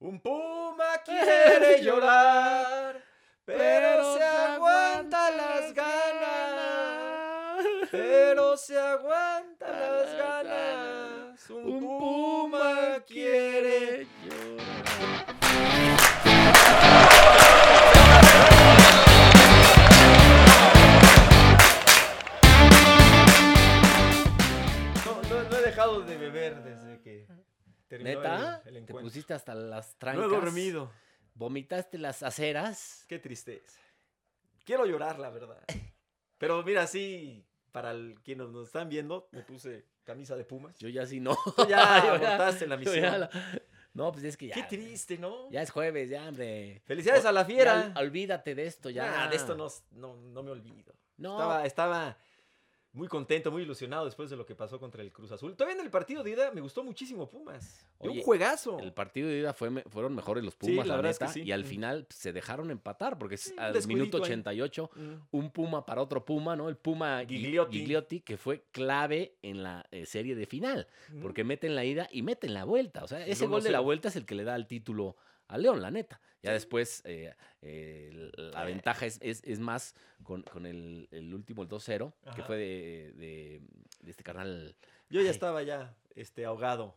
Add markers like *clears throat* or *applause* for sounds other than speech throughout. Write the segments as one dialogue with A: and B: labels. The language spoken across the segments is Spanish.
A: Un puma *laughs* quiere llorar, pero se aguanta las ganas. Pero se aguanta las ganas. Un puma quiere No, no, no he dejado de beber desde que terminó
B: ¿Neta?
A: el, el
B: Te
A: encuentro.
B: pusiste hasta las
A: no
B: trancas.
A: he dormido.
B: Vomitaste las aceras.
A: Qué tristeza. Quiero llorar, la verdad. Pero mira, sí, para el- quienes nos están viendo, me puse camisa de pumas.
B: Yo ya sí no.
A: Tú *laughs* ya *laughs*
B: Yo
A: abortaste la
B: yo
A: misión.
B: ya la- No, pues es que ya.
A: Qué triste, ¿no?
B: Ya es jueves, ya, hombre.
A: Felicidades
B: O-
A: a la fiera.
B: Ya, olvídate de esto, ya.
A: Nah, de esto no, no, no me olvido.
B: No,
A: Estaba, estaba muy contento, muy ilusionado después de lo que pasó contra el Cruz Azul. Todavía en el partido de ida me gustó muchísimo Pumas. Dio un
B: Oye,
A: juegazo.
B: el partido de ida fue, me- fueron mejores los
A: Sí,
B: Pumas,
A: la
B: la,
A: verdad es que
B: neta.
A: sí.
B: Y al
A: Mm.
B: final pues, se dejaron empatar, porque es
A: Sí, un
B: al minuto
A: descuidito ahí.
B: 88
A: Mm.
B: un puma para otro puma, ¿no? El puma Gli-
A: Gigliotti.
B: Gigliotti, que fue clave en la eh, serie de final,
A: Mm.
B: porque meten la ida y meten la vuelta. O sea,
A: El
B: ese gol de la
A: 1-0.
B: vuelta es el que le da el título a León, la neta. Ya después eh, eh, la
A: Eh.
B: ventaja es, es- es más con, con el, el último, el 2-0, que
A: Ajá.
B: fue de, de- de este canal
A: Yo ya
B: Ay.
A: estaba ya este, ahogado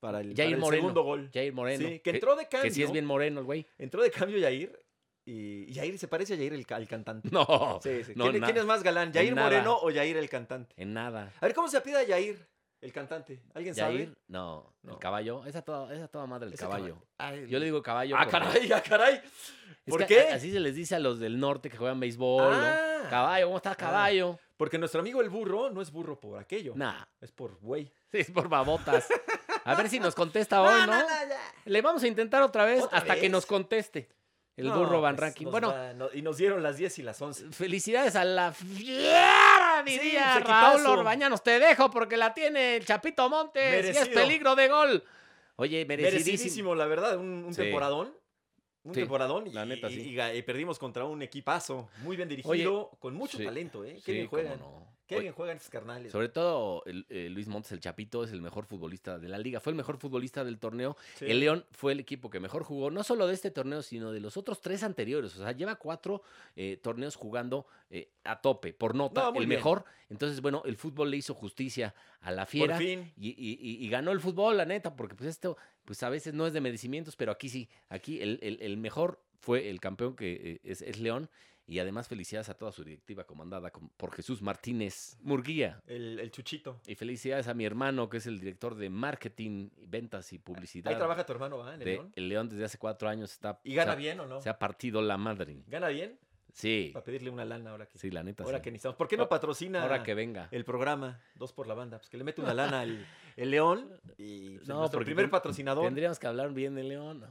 A: para el,
B: Jair
A: para el
B: Moreno.
A: segundo gol.
B: Jair Moreno.
A: Sí, que entró de cambio.
B: que sí es bien moreno
A: *laughs*
B: el güey.
A: Entró de cambio Jair. Y y Jair se parece a Jair el, ca- el cantante.
B: No,
A: Sí, sí.
B: no,
A: ¿Quién,
B: na-
A: quién es más galán? ¿Jair
B: en nada.
A: Moreno o Jair el cantante?
B: en nada.
A: A ver, ¿cómo se apida Jair el cantante? ¿Alguien
B: Jair, no, el
A: No.
B: caballo, esa toda, esa toda madre
A: sabe?
B: el
A: Ese
B: caballo.
A: Ay,
B: Yo le digo caballo.
A: ¡Ah,
B: porque-
A: caray! *laughs* ¡Ah, caray!
B: Es
A: ¿Por
B: que
A: qué?
B: a- Así se les dice a los del norte que juegan béisbol. ¿no?
A: Ah.
B: Caballo, ¿cómo estás, caballo?
A: Porque nuestro amigo el burro no es burro por aquello. *laughs*
B: Nah,
A: Es por güey.
B: es por babotas. A ver si nos contesta Ah, hoy, ¿no? Le vamos a intentar otra vez
A: ¿Otra
B: hasta que
A: vez?
B: nos conteste el
A: No,
B: burro Van
A: pues,
B: Ranking.
A: nos
B: Bueno,
A: va- no- y nos dieron las 10 y las 11.
B: felicidades a la fiera,
A: Sí,
B: diría
A: un
B: Raúl
A: sequipazo.
B: Orbañanos. Te dejo porque la tiene el Chapito Montes y es
A: Merecido.
B: peligro de gol. Oye, merecidísimo.
A: Merecidísimo, la verdad. Un, un
B: Sí.
A: temporadón. Un
B: Sí,
A: temporadón. Y,
B: la neta, sí.
A: y ga- y perdimos contra un equipazo. Muy bien dirigido. con mucho
B: sí,
A: talento, ¿eh? Qué
B: Sí,
A: bien
B: cómo
A: juegan.
B: no.
A: Qué
B: Oye,
A: bien juegan estos carnales.
B: Sobre todo el- eh, Luis Montes, el Chapito, es el mejor futbolista de la liga. Fue el mejor futbolista del torneo.
A: Sí.
B: El León fue el equipo que mejor jugó, no solo de este torneo, sino de los otros tres anteriores. O sea, lleva cuatro eh, torneos jugando eh, a tope, por nota,
A: No, muy
B: el
A: bien.
B: mejor. Entonces, bueno, el fútbol le hizo justicia a la
A: Por
B: fiera. Y,
A: fin.
B: y- y- y ganó el fútbol, la neta, porque pues esto, pues a veces no es de merecimientos, pero aquí sí, aquí el, el- el mejor fue el campeón que eh, es, es León. Y además felicidades a toda su directiva comandada con- por Jesús Martínez Murguía,
A: El, el chuchito.
B: y felicidades a mi hermano, que es el director de marketing, ventas y publicidad.
A: Ahí trabaja tu hermano, ¿va? En el
B: de-
A: León.
B: el León desde hace cuatro años está.
A: ¿Y gana
B: se ha-
A: bien o no?
B: Se ha partido la madre.
A: ¿Gana bien?
B: Sí,
A: Para pedirle una lana ahora que,
B: sí, la neta.
A: ahora
B: sí.
A: que necesitamos. ¿Por qué no
B: Ahora-
A: patrocina
B: Ahora que venga.
A: el programa Dos por la Banda? Pues que le mete
B: *laughs*
A: una lana al el León. Y pues,
B: No,
A: nuestro
B: porque
A: primer
B: ten-
A: patrocinador.
B: Tendríamos que hablar bien de León.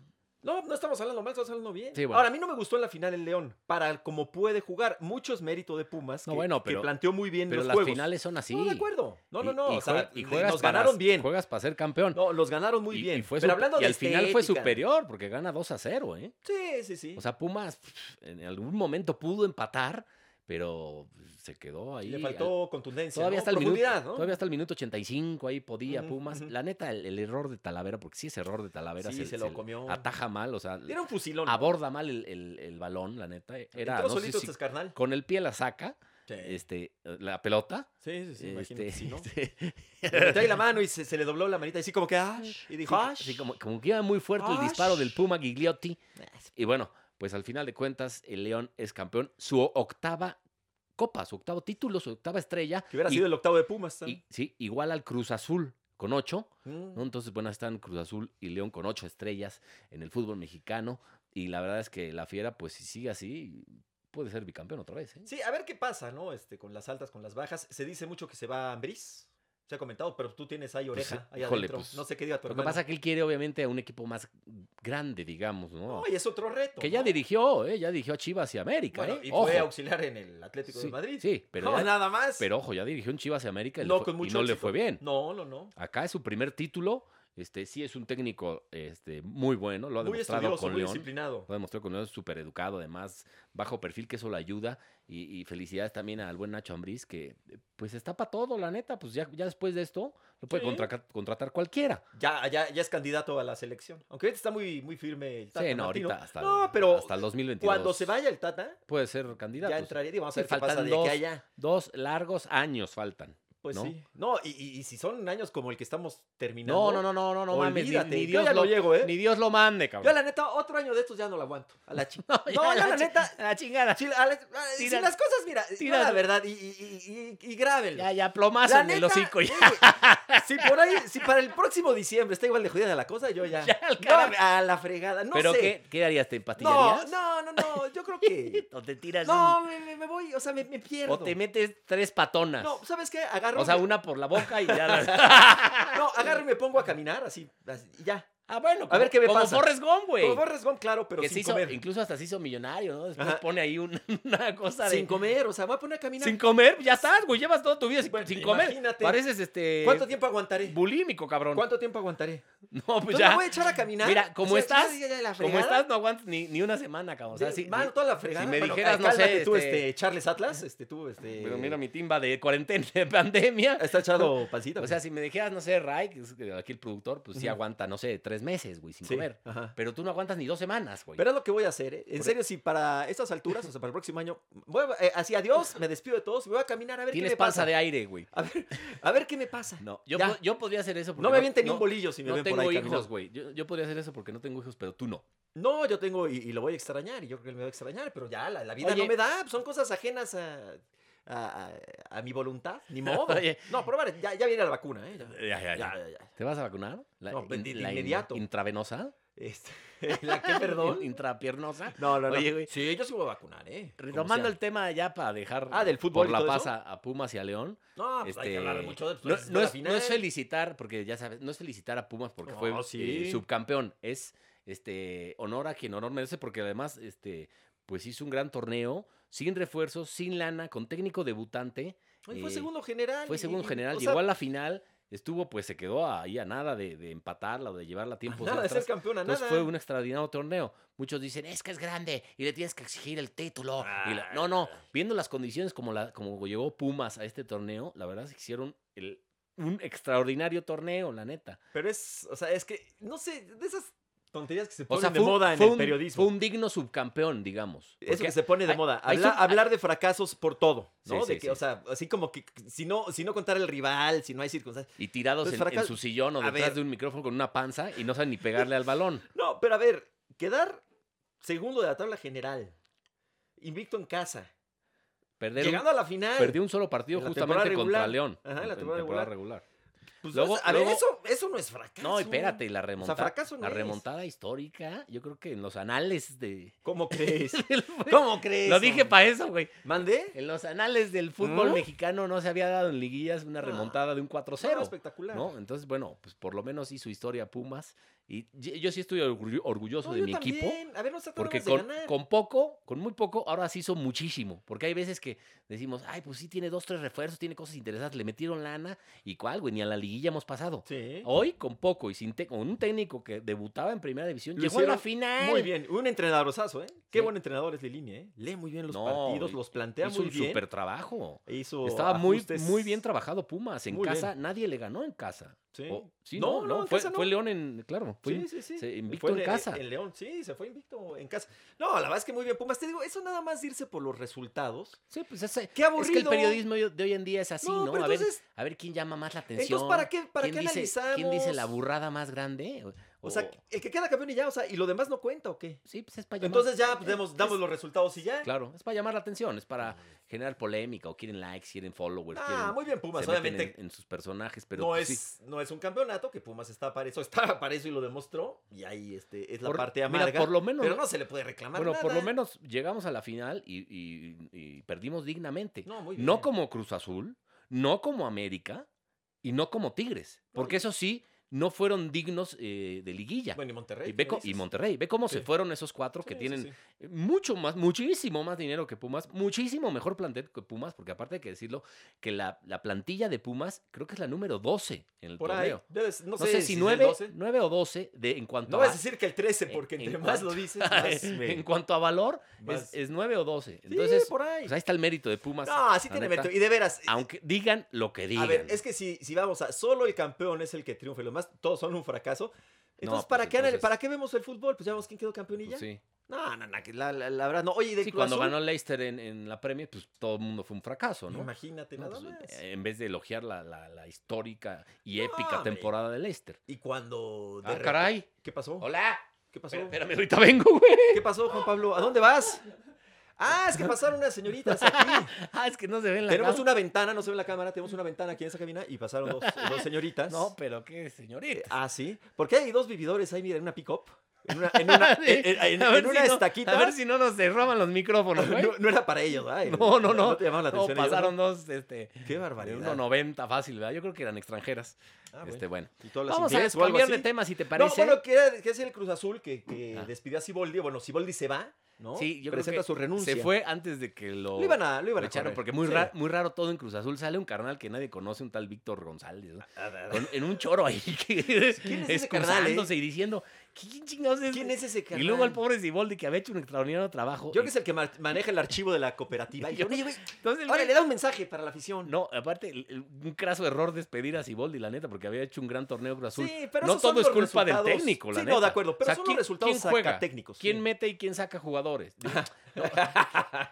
A: No, no estamos hablando mal, estamos hablando bien.
B: Sí, bueno.
A: Ahora, a mí no me gustó en la final el León. Para como puede jugar, muchos mérito de Pumas.
B: No,
A: que,
B: bueno,
A: que
B: pero-
A: planteó muy bien
B: Pero
A: los
B: las
A: juegos.
B: finales son así.
A: No, de acuerdo. No, no,
B: Y-
A: no.
B: Y,
A: o sea,
B: jue- y
A: le-
B: juegas
A: nos
B: para-
A: ganaron bien.
B: Juegas para ser campeón.
A: No, los ganaron muy
B: Y-
A: bien.
B: Y, fue
A: pero
B: supe-
A: hablando
B: y
A: de
B: al final fue
A: estética.
B: superior porque gana 2 a 0, ¿eh?
A: Sí, sí, sí.
B: O sea, Pumas pf, en algún momento pudo empatar, pero se quedó ahí.
A: le
B: al-
A: faltó contundencia.
B: Todavía
A: ¿no?
B: hasta, el minuto,
A: Profundidad, ¿no?
B: todavía hasta el minuto 85 ahí podía
A: Ujú,
B: Pumas.
A: ujú.
B: La neta, el, el error de Talavera, porque sí es error de Talavera.
A: Sí, se lo comió.
B: Ataja mal, o sea,
A: Era un fusilón.
B: aborda mal el, el- el balón, la neta. eh. Era,
A: Entró
B: no sé
A: solito
B: si
A: este carnal.
B: con el pie la saca,
A: Sí,
B: este, la pelota.
A: sí, sí, sí, Pues imagino que
B: este,
A: sí, ¿no?
B: este,
A: Le
B: *laughs*
A: metió ahí la mano y se, se le dobló la manita, así como que ¡ash! Y dijo ¡ash!
B: sí, como, como que "Ah, iba muy fuerte el disparo del Puma Gigliotti. Y bueno, pues al final de cuentas, el León es campeón. Su octava copa, su octavo título, su octava estrella.
A: Que hubiera
B: y-
A: sido el octavo de Pumas. ¿no?
B: y- sí, igual al Cruz Azul con ocho.
A: Mm.
B: ¿no? Entonces, bueno, están Cruz Azul y León con ocho estrellas en el fútbol mexicano. Y la verdad es que la fiera, pues si sigue así, puede ser bicampeón otra vez. ¿eh?
A: Sí, a ver qué pasa, ¿no? Este, con las altas, con las bajas. Se dice mucho que se va Ambriz. Se ha comentado, pero tú tienes ahí
B: Pues,
A: oreja,
B: eh,
A: ahí
B: híjole,
A: adentro.
B: pues,
A: no sé qué diga tu
B: Lo que
A: hermano.
B: pasa es que él quiere, obviamente, a un equipo más grande, digamos, ¿no?
A: No, y es otro reto.
B: que ya
A: ¿no?
B: dirigió, ¿eh? Ya dirigió a Chivas y América,
A: Bueno,
B: ¿eh?
A: y
B: Ojo.
A: fue auxiliar en el Atlético
B: Sí,
A: de Madrid.
B: sí, pero
A: *laughs* No,
B: ya-
A: nada más.
B: Pero ojo, ya dirigió en Chivas y América y, le
A: No,
B: fue-
A: con
B: y
A: mucho
B: no le
A: éxito.
B: fue bien.
A: No, no, no.
B: Acá es su primer título Este, sí es un técnico este, muy bueno, lo ha
A: Muy
B: demostrado
A: estudioso,
B: con
A: muy
B: León.
A: disciplinado.
B: Lo demostró con León, súper educado, además, bajo perfil, que eso lo ayuda. Y, y felicidades también al buen Nacho Ambriz, que eh, pues está para todo, la neta. Pues ya, ya después de esto, lo puede
A: Sí.
B: contraca- contratar cualquiera.
A: Ya, ya, ya es candidato a la selección. Aunque ahorita está muy, muy firme el Tata.
B: sí, no,
A: Martino.
B: ahorita hasta,
A: No, pero
B: hasta el 2022.
A: cuando se vaya el Tata,
B: Puede ser candidato.
A: ya entraría. Digo, vamos a
B: pues, Sí,
A: ver qué
B: faltan
A: pasa de
B: dos.
A: aquí a allá.
B: Dos largos años faltan.
A: Pues
B: ¿no?
A: sí. No, y, y- y si son años como el que estamos terminando.
B: No, no, no, no, no, no mames. Ni,
A: olvídate.
B: ni
A: Yo
B: Dios
A: ya
B: lo,
A: no llego, ¿eh?
B: ni Dios lo mande, cabrón. *laughs*
A: Yo, la neta, otro año de estos ya no lo aguanto. A la chingada. *laughs* No, yo, la
B: chi-
A: neta.
B: *laughs* La chingada.
A: chil- a la- a- si
B: Tira-
A: las cosas, mira, yo
B: tira-
A: la verdad, y, y, y, y, y grábenlo.
B: Ya, ya, plomazo
A: La
B: en el
A: neta,
B: hocico. Ya,
A: sí, güey. Si por ahí, si para el próximo diciembre está igual de jodida la cosa, yo ya.
B: *laughs* ya, al
A: No,
B: carajo.
A: a la fregada. No
B: *laughs* ¿Pero
A: sé.
B: qué, qué harías?
A: No,
B: ¿Te empatillarías?
A: no, no, no. Yo creo
B: *laughs*
A: que.
B: ¿O te tiras
A: No, me, me- me voy, o sea, me, me
B: un-
A: pierdo.
B: ¿O te metes tres patonas? *laughs*
A: No, ¿sabes qué? Agarro.
B: o sea,
A: me-
B: una por la boca
A: *laughs*
B: y ya la... *laughs*
A: No, agarro y me pongo a caminar así, así, y ya.
B: Ah, bueno.
A: A ver qué me
B: como
A: pasa.
B: Forrest Gump, güey.
A: Como Forrest Gump, claro, pero
B: Que se
A: sin
B: hizo-
A: comer.
B: incluso hasta se hizo millonario, ¿no? Después
A: Ajá.
B: pone ahí un- *laughs* una cosa de...
A: Sin comer, o sea, voy a poner a caminar.
B: *laughs* Sin comer, ya estás, güey. Llevas toda tu vida sin,
A: Bueno,
B: sin comer.
A: imagínate.
B: Pareces este.
A: ¿Cuánto tiempo aguantaré?
B: Bulímico, cabrón.
A: ¿Cuánto tiempo aguantaré?
B: *laughs* No, pues
A: Entonces,
B: ya.
A: me voy a echar a caminar?
B: Mira, como
A: O sea,
B: estás,
A: ya, ya, la
B: Como
A: fregada.
B: estás, no aguantas ni, ni una semana, cabrón. O sea, sí.
A: Mano, toda la fregada.
B: si me
A: Bueno,
B: dijeras, no
A: cálmate
B: sé,
A: tú,
B: este-
A: este, Charles
B: *laughs*
A: Atlas, este, tú, este...
B: Pero eh, mira mi timba de cuarentena, de pandemia.
A: Está
B: *laughs*
A: echado pancita. pues.
B: O
A: güey.
B: sea, si me dijeras, no sé, Ray, que es aquí el productor, pues sí
A: Ujú.
B: aguanta, no sé, tres meses, güey, sin
A: Sí,
B: comer.
A: ajá.
B: Pero tú no aguantas ni dos semanas, güey.
A: Pero es lo que voy a hacer, ¿eh? En
B: Por- e
A: serio, si para estas alturas, o sea, para el próximo año, voy a- eh, así, adiós, me despido de todos y voy a caminar a ver qué
B: Tienes
A: me
B: panza
A: pasa.
B: de aire, güey.
A: A ver, a ver qué me pasa.
B: No, yo,
A: Ya.
B: po- yo podría hacer eso porque.
A: No me avienten ni
B: no-
A: un bolillo si me
B: No
A: ven por
B: tengo
A: ahí
B: hijos,
A: caminando.
B: güey. Yo, yo podría hacer eso porque no tengo hijos, pero tú no.
A: No, yo tengo y, y lo voy a extrañar y yo creo que me voy a extrañar, pero ya la, la vida
B: Oye.
A: no me da, pues, son cosas ajenas a, a- a- a mi voluntad, ni modo.
B: *laughs* Oye.
A: No, pero vale, ya, ya viene la vacuna, ¿eh? Ya, ya,
B: ya,
A: ya, ya.
B: ¿Te vas a vacunar? La,
A: No, de- de
B: in-
A: inmediato.
B: ¿Intravenosa?
A: Este, *laughs* ¿La qué, perdón?
B: *laughs* In- ¿Intrapiernosa?
A: No, no, no.
B: Oye, güey.
A: Sí, yo sí me voy a vacunar, ¿eh? Como
B: Retomando
A: sea.
B: el tema ya para dejar
A: Ah, del fútbol
B: por
A: y
B: la
A: todo
B: paz
A: eso.
B: a, a Pumas y a León.
A: No, pues hay que
B: este,
A: hablar mucho de pues,
B: no,
A: es
B: no
A: la
B: es,
A: final.
B: no es felicitar, porque ya sabes, no es felicitar a Pumas porque
A: No,
B: fue
A: sí.
B: eh, subcampeón. Es este honor a quien honor merece, porque además, este, pues hizo un gran torneo, sin refuerzos, sin lana, con técnico debutante.
A: Oye, fue
B: eh,
A: segundo general.
B: Fue
A: y-
B: segundo
A: y-
B: general,
A: o sea, *laughs*
B: llegó a la final, estuvo, pues se quedó ahí a nada de, de empatarla o de llevarla a tiempos
A: Nada de
B: extras.
A: ser campeona, nada.
B: Entonces fue un extraordinario torneo. Muchos dicen, es que es grande y le tienes que exigir el título. y la- No, no,
A: Ah.
B: viendo las condiciones como, la, como llegó Pumas a este torneo, la verdad es que hicieron el- un extraordinario torneo, la neta.
A: Pero es, o sea, es que, no sé, de esas tonterías que se
B: O
A: ponen
B: sea,
A: de
B: fue, un-
A: moda en
B: fue
A: el
B: un,
A: periodismo.
B: fue un digno subcampeón, digamos.
A: Eso
B: Porque-
A: que se pone de
B: hay-
A: moda.
B: hay
A: Habla-
B: sub-
A: hablar de fracasos por todo,
B: Sí,
A: ¿no?
B: sí,
A: de que,
B: sí.
A: O sea, así como que si no, si no contar el rival, si no hay circunstancias.
B: y tirados
A: Pues,
B: en,
A: fracas-
B: en su sillón o
A: A
B: detrás
A: ver.
B: de un micrófono con una panza y no saben ni pegarle
A: *laughs*
B: al balón.
A: No, pero a ver, quedar segundo de la tabla general, invicto en casa,
B: Perder un-
A: llegando a la final.
B: perdió un solo partido
A: en la
B: justamente
A: temporada
B: contra
A: regular.
B: León.
A: Ajá, en la
B: en- en
A: temporada
B: regular.
A: pues,
B: luego-
A: o sea, a ver,
B: luego-
A: eso, eso no es fracaso.
B: No, espérate, y la remontada.
A: fracaso no
B: la
A: es.
B: remontada histórica, yo creo que en los anales
A: *laughs*
B: de.
A: ¿Cómo
B: *laughs*
A: crees?
B: del-
A: ¿Cómo crees?
B: Lo dije
A: hombre?
B: para eso, güey.
A: ¿Mandé?
B: En los anales del fútbol
A: ¿Mm?
B: mexicano no se había dado en liguillas una
A: Ah.
B: remontada de un
A: No,
B: 4-0.
A: espectacular.
B: ¿No? Entonces, bueno, pues por lo menos hizo historia Pumas. Y yo yo sí estoy orgullo- orgulloso
A: No,
B: de
A: yo
B: mi equipo.
A: también. A ver, no se trata
B: Porque
A: nada más de
B: con,
A: ganar.
B: con poco, con muy poco, ahora sí hizo muchísimo. Porque hay veces que decimos, ay, pues sí tiene dos, tres refuerzos, tiene cosas interesantes, le metieron lana y cuál, güey, ni a la liguilla hemos pasado.
A: Sí.
B: Hoy, con poco y sin te- con un técnico que debutaba en primera división,
A: Lo
B: llegó a la
A: hicieron
B: final.
A: Muy bien, un entrenadorazo, ¿eh? Qué
B: Sí.
A: buen entrenador es Lilini, ¿eh? Lee muy bien los
B: No,
A: partidos,
B: y-
A: los plantea
B: Hizo
A: muy
B: un
A: bien.
B: super trabajo.
A: Hizo
B: Estaba muy,
A: ajustes.
B: muy bien trabajado Pumas. En
A: Muy
B: casa nadie le ganó en casa.
A: Sí.
B: O- Oh, sí, no,
A: No,
B: no,
A: no, en
B: fue,
A: casa no.
B: fue León en, claro, fue
A: sí, sí, sí.
B: se-
A: Fue
B: invicto en casa.
A: En León, sí, se fue invicto en casa. No, la verdad es que muy bien, Pumas. Te digo, eso nada más de irse por los resultados.
B: Sí, pues ese-
A: Qué aburrido.
B: es que el periodismo yo- de hoy en día es así, ¿no?
A: no, pero
B: a, ver,
A: entonces,
B: a ver quién llama más la atención.
A: entonces ¿para qué, para qué
B: ¿Quién dice,
A: analizamos?
B: ¿Quién dice la burrada más grande? O,
A: O sea, el que queda campeón y ya, o sea, ¿y lo demás no cuenta o qué?
B: sí, pues es para llamar.
A: Entonces ya pues,
B: eh,
A: demos, damos
B: es-
A: los resultados y ya.
B: Claro, es para llamar la atención, es para generar polémica o quieren likes, quieren followers,
A: Ah,
B: quieren
A: muy bien, Pumas,
B: se meten
A: obviamente.
B: en, en sus personajes, pero
A: no,
B: pues,
A: es,
B: sí.
A: no es un campeonato que Pumas está para eso, *laughs* estaba para eso y lo demostró. Y ahí este, es la
B: Por-
A: parte
B: mira,
A: amarga.
B: por lo menos-
A: Pero no se le puede reclamar.
B: Bueno, por lo
A: nada. ¿eh?
B: menos llegamos a la final y, y- y perdimos dignamente. No,
A: No, muy bien.
B: como Cruz Azul, no como América y no como Tigres. Porque eso sí, no fueron dignos eh, de liguilla.
A: Bueno, y Monterrey.
B: y, ve
A: ¿qué
B: co-
A: me
B: y
A: dices?
B: Monterrey, ve cómo se
A: Sí.
B: fueron esos cuatro que
A: Sí, sí,
B: tienen
A: sí.
B: eh, mucho más, muchísimo más dinero que Pumas, muchísimo mejor plantel que Pumas, porque aparte hay que decirlo, que la, la plantilla de Pumas creo que es la número 12 en el
A: Por ahí.
B: torneo.
A: debes- no,
B: No, sé, si
A: es el
B: 9,
A: 12.
B: o 12 de, en cuanto
A: No
B: a...
A: vas a decir que el 13, porque
B: en
A: entre más
B: cuanto-
A: lo
B: *laughs*
A: dices, más me-
B: en cuanto a valor,
A: más-
B: es, 9 o 12.
A: Entonces,
B: Entonces,
A: sí, por ahí.
B: pues ahí está el mérito de Pumas.
A: no, sí
B: la
A: tiene
B: neta.
A: mérito. Y de veras,
B: Aunque digan lo que digan.
A: a ver, es que si, si vamos a solo el campeón es el que triunfa y los demás todos son un fracaso, entonces,
B: pues,
A: ¿para, qué,
B: entonces-
A: ¿para qué vemos el fútbol? Pues ya vemos quién quedó campeón y ya.
B: Pues sí.
A: No, no, no, que la, la- la verdad no. Oye, y de
B: Sí,
A: Cruz
B: cuando
A: Azul,
B: ganó Leicester en, en la Premier, pues todo el mundo fue un fracaso, ¿no?
A: Imagínate
B: No,
A: nada
B: pues,
A: más.
B: eh, en vez de elogiar la, la- la histórica y
A: No,
B: épica
A: hombre.
B: temporada de Leicester.
A: Y cuando. de
B: Ah,
A: re-
B: caray.
A: ¿Qué pasó?
B: Hola.
A: ¿Qué pasó?
B: Espérame, espérame, ahorita vengo, güey.
A: ¿Qué pasó, Juan Pablo? ¿A dónde vas? Ah, es que pasaron unas señoritas aquí.
B: Ah, es que no se ven la
A: Tenemos
B: cámara.
A: una ventana, no se ve la cámara, tenemos una ventana aquí en esa cabina y pasaron dos, dos señoritas.
B: No, pero qué señorita.
A: Ah, sí. ¿Por qué hay dos vividores ahí, mira, en una pick-up? En una, *laughs* en una, en- en- ah, eh, en-
B: A
A: en
B: ver si
A: una
B: no-
A: estaquita.
B: a ver si no nos se roban los micrófonos, güey.
A: *laughs* no, no era para ellos, ¿verdad?
B: No, no, no.
A: No te llamaban la
B: No,
A: atención. ellos,
B: pasaron dos, este,
A: Qué
B: de
A: barbaridad.
B: 1.90 fácil, ¿verdad? Yo creo que eran extranjeras.
A: Ah,
B: este,
A: bueno.
B: bueno.
A: ¿Y tú hablas
B: Vamos a
A: inglés o algo
B: cambiar de
A: así?
B: tema, si te parece.
A: No, bueno, que era- que es el Cruz Azul que, que
B: Ah.
A: despidió a Siboldi. Bueno, Siboldi se va, ¿no?
B: Sí, yo creo
A: Presenta
B: que
A: su renuncia.
B: se fue antes de que lo,
A: Lo iban a, lo
B: lo
A: iban a
B: echaron,
A: correr.
B: porque muy,
A: Sí.
B: ra- muy raro todo en Cruz Azul. Sale un carnal que nadie conoce, un tal Víctor González, ¿no?
A: A ver,
B: Con- en un choro ahí, *laughs*
A: ¿Quién es
B: que
A: ese carnal, eh?
B: excusándose y diciendo, ¿quién chingados es?
A: ¿Quién es ese carnal?
B: Y luego el pobre Ziboldi, que había hecho un extraordinario trabajo. este,
A: Yo creo que es el que ma- maneja el archivo de la cooperativa. Y yo, oye, güey,
B: Entonces, el
A: ahora
B: güey-
A: le da un mensaje para la afición.
B: No, aparte, el- el- un craso error despedir a Siboldi, la neta, porque había hecho un gran torneo Cruz Azul.
A: Sí, pero
B: no
A: esos son
B: todo es
A: los
B: culpa del
A: resultados-
B: técnico, la
A: Sí,
B: neta.
A: no, de acuerdo, pero
B: O sea,
A: son
B: ¿quién-
A: los resultados
B: quién juega?
A: técnicos.
B: ¿Quién mete y quién
A: *laughs*
B: saca jugadores? Digo, no.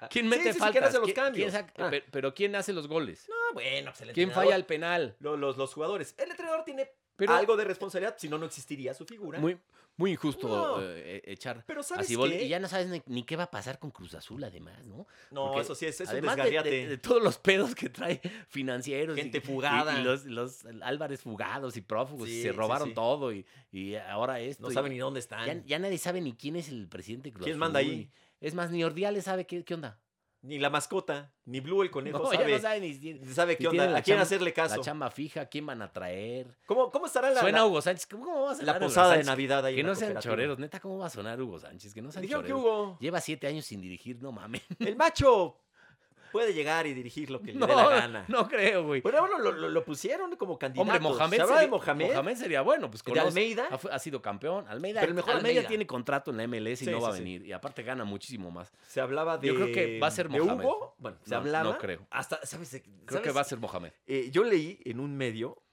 B: ¿Quién
A: Sí,
B: mete
A: sí, sí,
B: faltas?
A: ¿quién hace los cambios?
B: quién saca-
A: Ah.
B: pero, pero ¿quién hace los goles?
A: Ah, bueno, pues el
B: ¿Quién
A: entrenador-
B: falla el penal?
A: Lo- Los, los jugadores. El entrenador tiene
B: Pero
A: algo de responsabilidad, si no, no existiría su figura.
B: muy, muy injusto
A: No.
B: eh, e- echar
A: pero
B: a
A: ¿sabes
B: Siboldi.
A: qué?
B: Y ya no sabes ni, ni qué va a pasar con Cruz Azul, además, ¿no?
A: no,
B: porque
A: eso sí, es, es un
B: Además de- de,
A: desgarriate.
B: de todos los pedos que trae financieros. y-
A: Gente
B: y-
A: fugada.
B: Y, los, los Álvarez fugados y prófugos. y
A: Sí,
B: se
A: sí,
B: robaron
A: sí.
B: todo y, y ahora esto.
A: no
B: y-
A: saben ni dónde están.
B: ya, ya nadie sabe ni quién es el presidente de Cruz
A: ¿Quién
B: Azul,
A: manda ahí?
B: ni- Es más, ni Ordiales sabe qué, qué onda.
A: Ni la mascota, ni Blue el
B: *laughs*
A: conejo
B: No, ya
A: sabe,
B: no sabe ni, si-
A: sabe
B: ni
A: qué
B: tiene
A: onda,
B: la
A: a quién
B: chamba-
A: hacerle
B: la
A: caso.
B: chamba fija, quién van a traer.
A: ¿Cómo, cómo estará la,
B: Suena
A: la-
B: Hugo Sánchez. ¿Cómo va a sonar
A: la
B: Hugo
A: posada de
B: Sánchez?
A: Navidad ahí?
B: Que
A: en
B: no
A: la
B: sean
A: cooperativa?
B: choreros. Neta, ¿cómo va a sonar Hugo Sánchez? Que no sean
A: Dijeron que
B: choreros.
A: Hugo,
B: Lleva siete años sin dirigir, no mames.
A: el macho, puede llegar y dirigir lo que le dé la gana.
B: no creo, güey.
A: Bueno, bueno, lo, lo- lo pusieron como candidato.
B: Hombre, Mohamed,
A: ¿Se habla
B: sería,
A: de Mohamed?
B: sería bueno, pues
A: ¿De
B: conoce-
A: Almeida?
B: Ha, fu- ha sido campeón. Almeida,
A: Ah. Pero el mejor
B: Almeida,
A: Almeida.
B: tiene contrato en la MLS y
A: Sí,
B: no va
A: sí,
B: a
A: sí.
B: venir. Y aparte gana muchísimo más.
A: Se hablaba de.
B: Yo creo que va a ser
A: de
B: Mohamed.
A: Hugo. Bueno, se
B: No,
A: hablaba.
B: no creo.
A: Hasta, ¿sabes? de-
B: Creo que
A: ¿sabes?
B: va a ser Mohamed.
A: Eh, yo leí en un medio,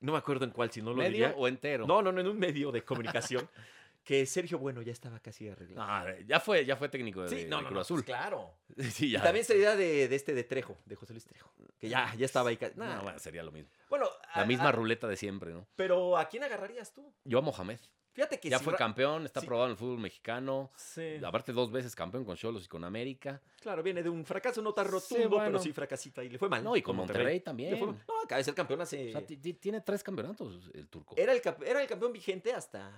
A: no me acuerdo en cuál, si no lo
B: ¿Medio
A: diría.
B: o entero?
A: No, no, no, en un medio de comunicación, *laughs* que Sergio Bueno ya estaba casi arreglado.
B: No, ah, ya fue, ya fue técnico Ah, de,
A: sí,
B: de
A: no, no,
B: Cruz
A: no,
B: Azul. *laughs*
A: pues claro.
B: Sí, ya.
A: Y también sería de, de este de Trejo, de José Luis Trejo, que ya, ya estaba ahí. ca-
B: No,
A: nah.
B: bueno, sería lo mismo.
A: Bueno,
B: La
A: a-
B: misma
A: a-
B: ruleta de siempre, ¿no?
A: pero ¿a quién agarrarías tú?
B: Yo a Mohamed.
A: Fíjate que
B: Ya
A: si
B: fue
A: fuera-
B: campeón, está
A: sí.
B: probado en el fútbol mexicano.
A: Sí,
B: Aparte, dos veces campeón con Cholos y con América.
A: claro, viene de un fracaso no tan
B: Sí,
A: rotundo,
B: bueno.
A: pero sí fracasito ahí. Le fue mal.
B: No, y con Monterrey,
A: Le Ah, fue mal.
B: también.
A: No, acaba de ser campeón
B: O
A: hace...
B: sea, ti- ti- tiene tres campeonatos el turco.
A: Era el, cap- era el campeón vigente hasta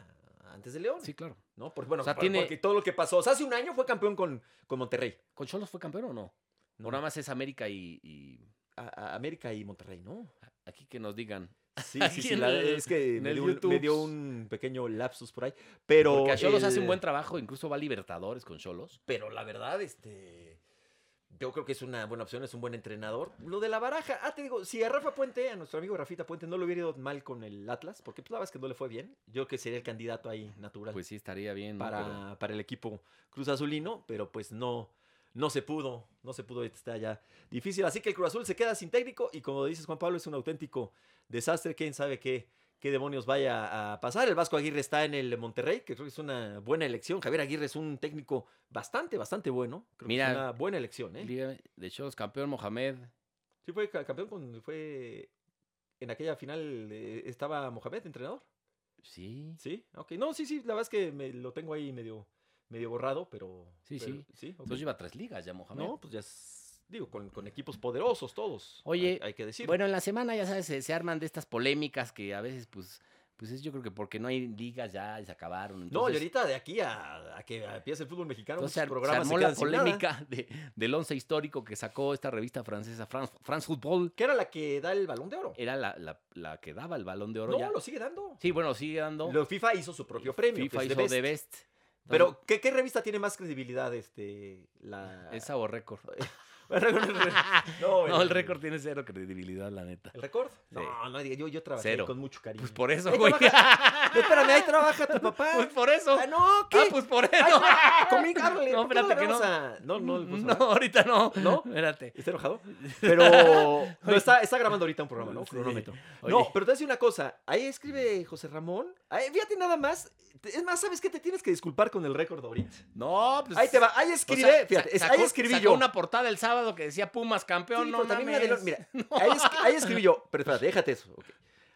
A: antes de León,
B: Sí, claro.
A: ¿no? Porque, bueno,
B: O sea,
A: por-
B: tiene-
A: porque todo lo que pasó. O sea, hace un año fue campeón con, con Monterrey.
B: ¿Con Cholos fue campeón o no?
A: No.
B: O nada más es América y, y-
A: A- a América y Monterrey, ¿no?
B: aquí que nos digan.
A: Sí,
B: Aquí
A: sí, sí.
B: en
A: la-
B: el-
A: es que
B: en
A: me
B: el
A: dio, un, me
B: YouTube.
A: dio un pequeño lapsus por ahí. Pero.
B: Porque a Cholos
A: el-
B: hace un buen trabajo, incluso va a Libertadores con Cholos.
A: Pero la verdad, este. Yo creo que es una buena opción, es un buen entrenador. Lo de la baraja, ah, te digo, si a Rafa Puente, a nuestro amigo Rafita Puente, no le hubiera ido mal con el Atlas, porque pues, la verdad es que no le fue bien. Yo creo que sería el candidato ahí natural
B: Pues sí, estaría bien. ¿no?
A: para,
B: Pero-
A: para el equipo Cruz Azulino, pero pues no, no se pudo, no se pudo, está ya difícil. Así que el Cruz Azul se queda sin técnico y como dices Juan Pablo, es un auténtico desastre, quién sabe qué, qué demonios vaya a pasar. El Vasco Aguirre está en el Monterrey, que creo que es una buena elección. Javier Aguirre es un técnico bastante, bastante bueno. Creo
B: Mira,
A: que es una buena elección, ¿eh?
B: Liga de Cholos, campeón Mohamed.
A: Sí fue ca- campeón con, fue en aquella final eh, estaba Mohamed, entrenador.
B: Sí.
A: Sí, ok. No, sí, sí, la verdad es que me, lo tengo ahí medio, medio borrado, pero.
B: Sí,
A: pero-
B: sí.
A: sí ok.
B: Entonces lleva tres ligas ya, Mohamed.
A: No, pues ya es- digo, con, con equipos poderosos todos.
B: Oye,
A: hay, hay que decir.
B: Bueno, en la semana, ya sabes, se, se arman de estas polémicas que a veces, pues, Pues es yo creo que porque no hay ligas ya, se acabaron.
A: no, y
B: entonces-
A: ahorita de aquí a, a que empiece el fútbol mexicano,
B: Entonces
A: muchos
B: se ar- se
A: programas se
B: armó la
A: quedan sin nada.
B: polémica de- del once histórico que sacó esta revista francesa, France, France Football.
A: Que era la que da el balón de oro.
B: Era la, la- la que daba el balón de oro
A: No,
B: ya.
A: lo sigue dando.
B: Sí, bueno, sigue dando.
A: Lo FIFA hizo su propio premio.
B: FIFA
A: que es
B: hizo
A: The Best.
B: The Best. Entonces,
A: Pero, ¿qué, qué revista tiene más credibilidad? Este, la... *laughs*
B: Es sabor récord.
A: no,
B: *laughs* No, el récord tiene cero credibilidad, la neta.
A: ¿El récord? No, no, diga, yo, yo trabajé
B: Cero.
A: con mucho cariño.
B: Pues por eso,
A: Ahí
B: güey.
A: Espérame, ahí trabaja tu papá.
B: *laughs* Pues por eso.
A: Ah, no, ¿qué?
B: Ah, pues *laughs* por eso.
A: Ay, tra- comí carne.
B: No,
A: ¿por qué
B: espérate que
A: la
B: no.
A: grasa? No, no, le puso
B: No,
A: nada.
B: ahorita no.
A: ¿No?
B: Espérate.
A: ¿Está *laughs* enojado? Pero no, está, está grabando ahorita un programa, ¿no?
B: Sí.
A: Cronómetro.
B: Oye,
A: No, pero te voy a decir una cosa. Ahí escribe José Ramón. Ahí, fíjate nada más. Te- Es más, ¿sabes qué? Te tienes que disculpar con el récord ahorita.
B: No, pues.
A: ahí te va. Ahí
B: o
A: escribe.
B: sea,
A: fíjate, es-
B: sacó-
A: ahí escribí
B: sacó
A: yo.
B: una portada el sábado que decía Pumas campeón,
A: Sí,
B: no
A: pero también una de
B: mames.
A: los- mira,
B: *laughs*
A: ahí, es- ahí escribí yo. Pero espérate, déjate eso. ok.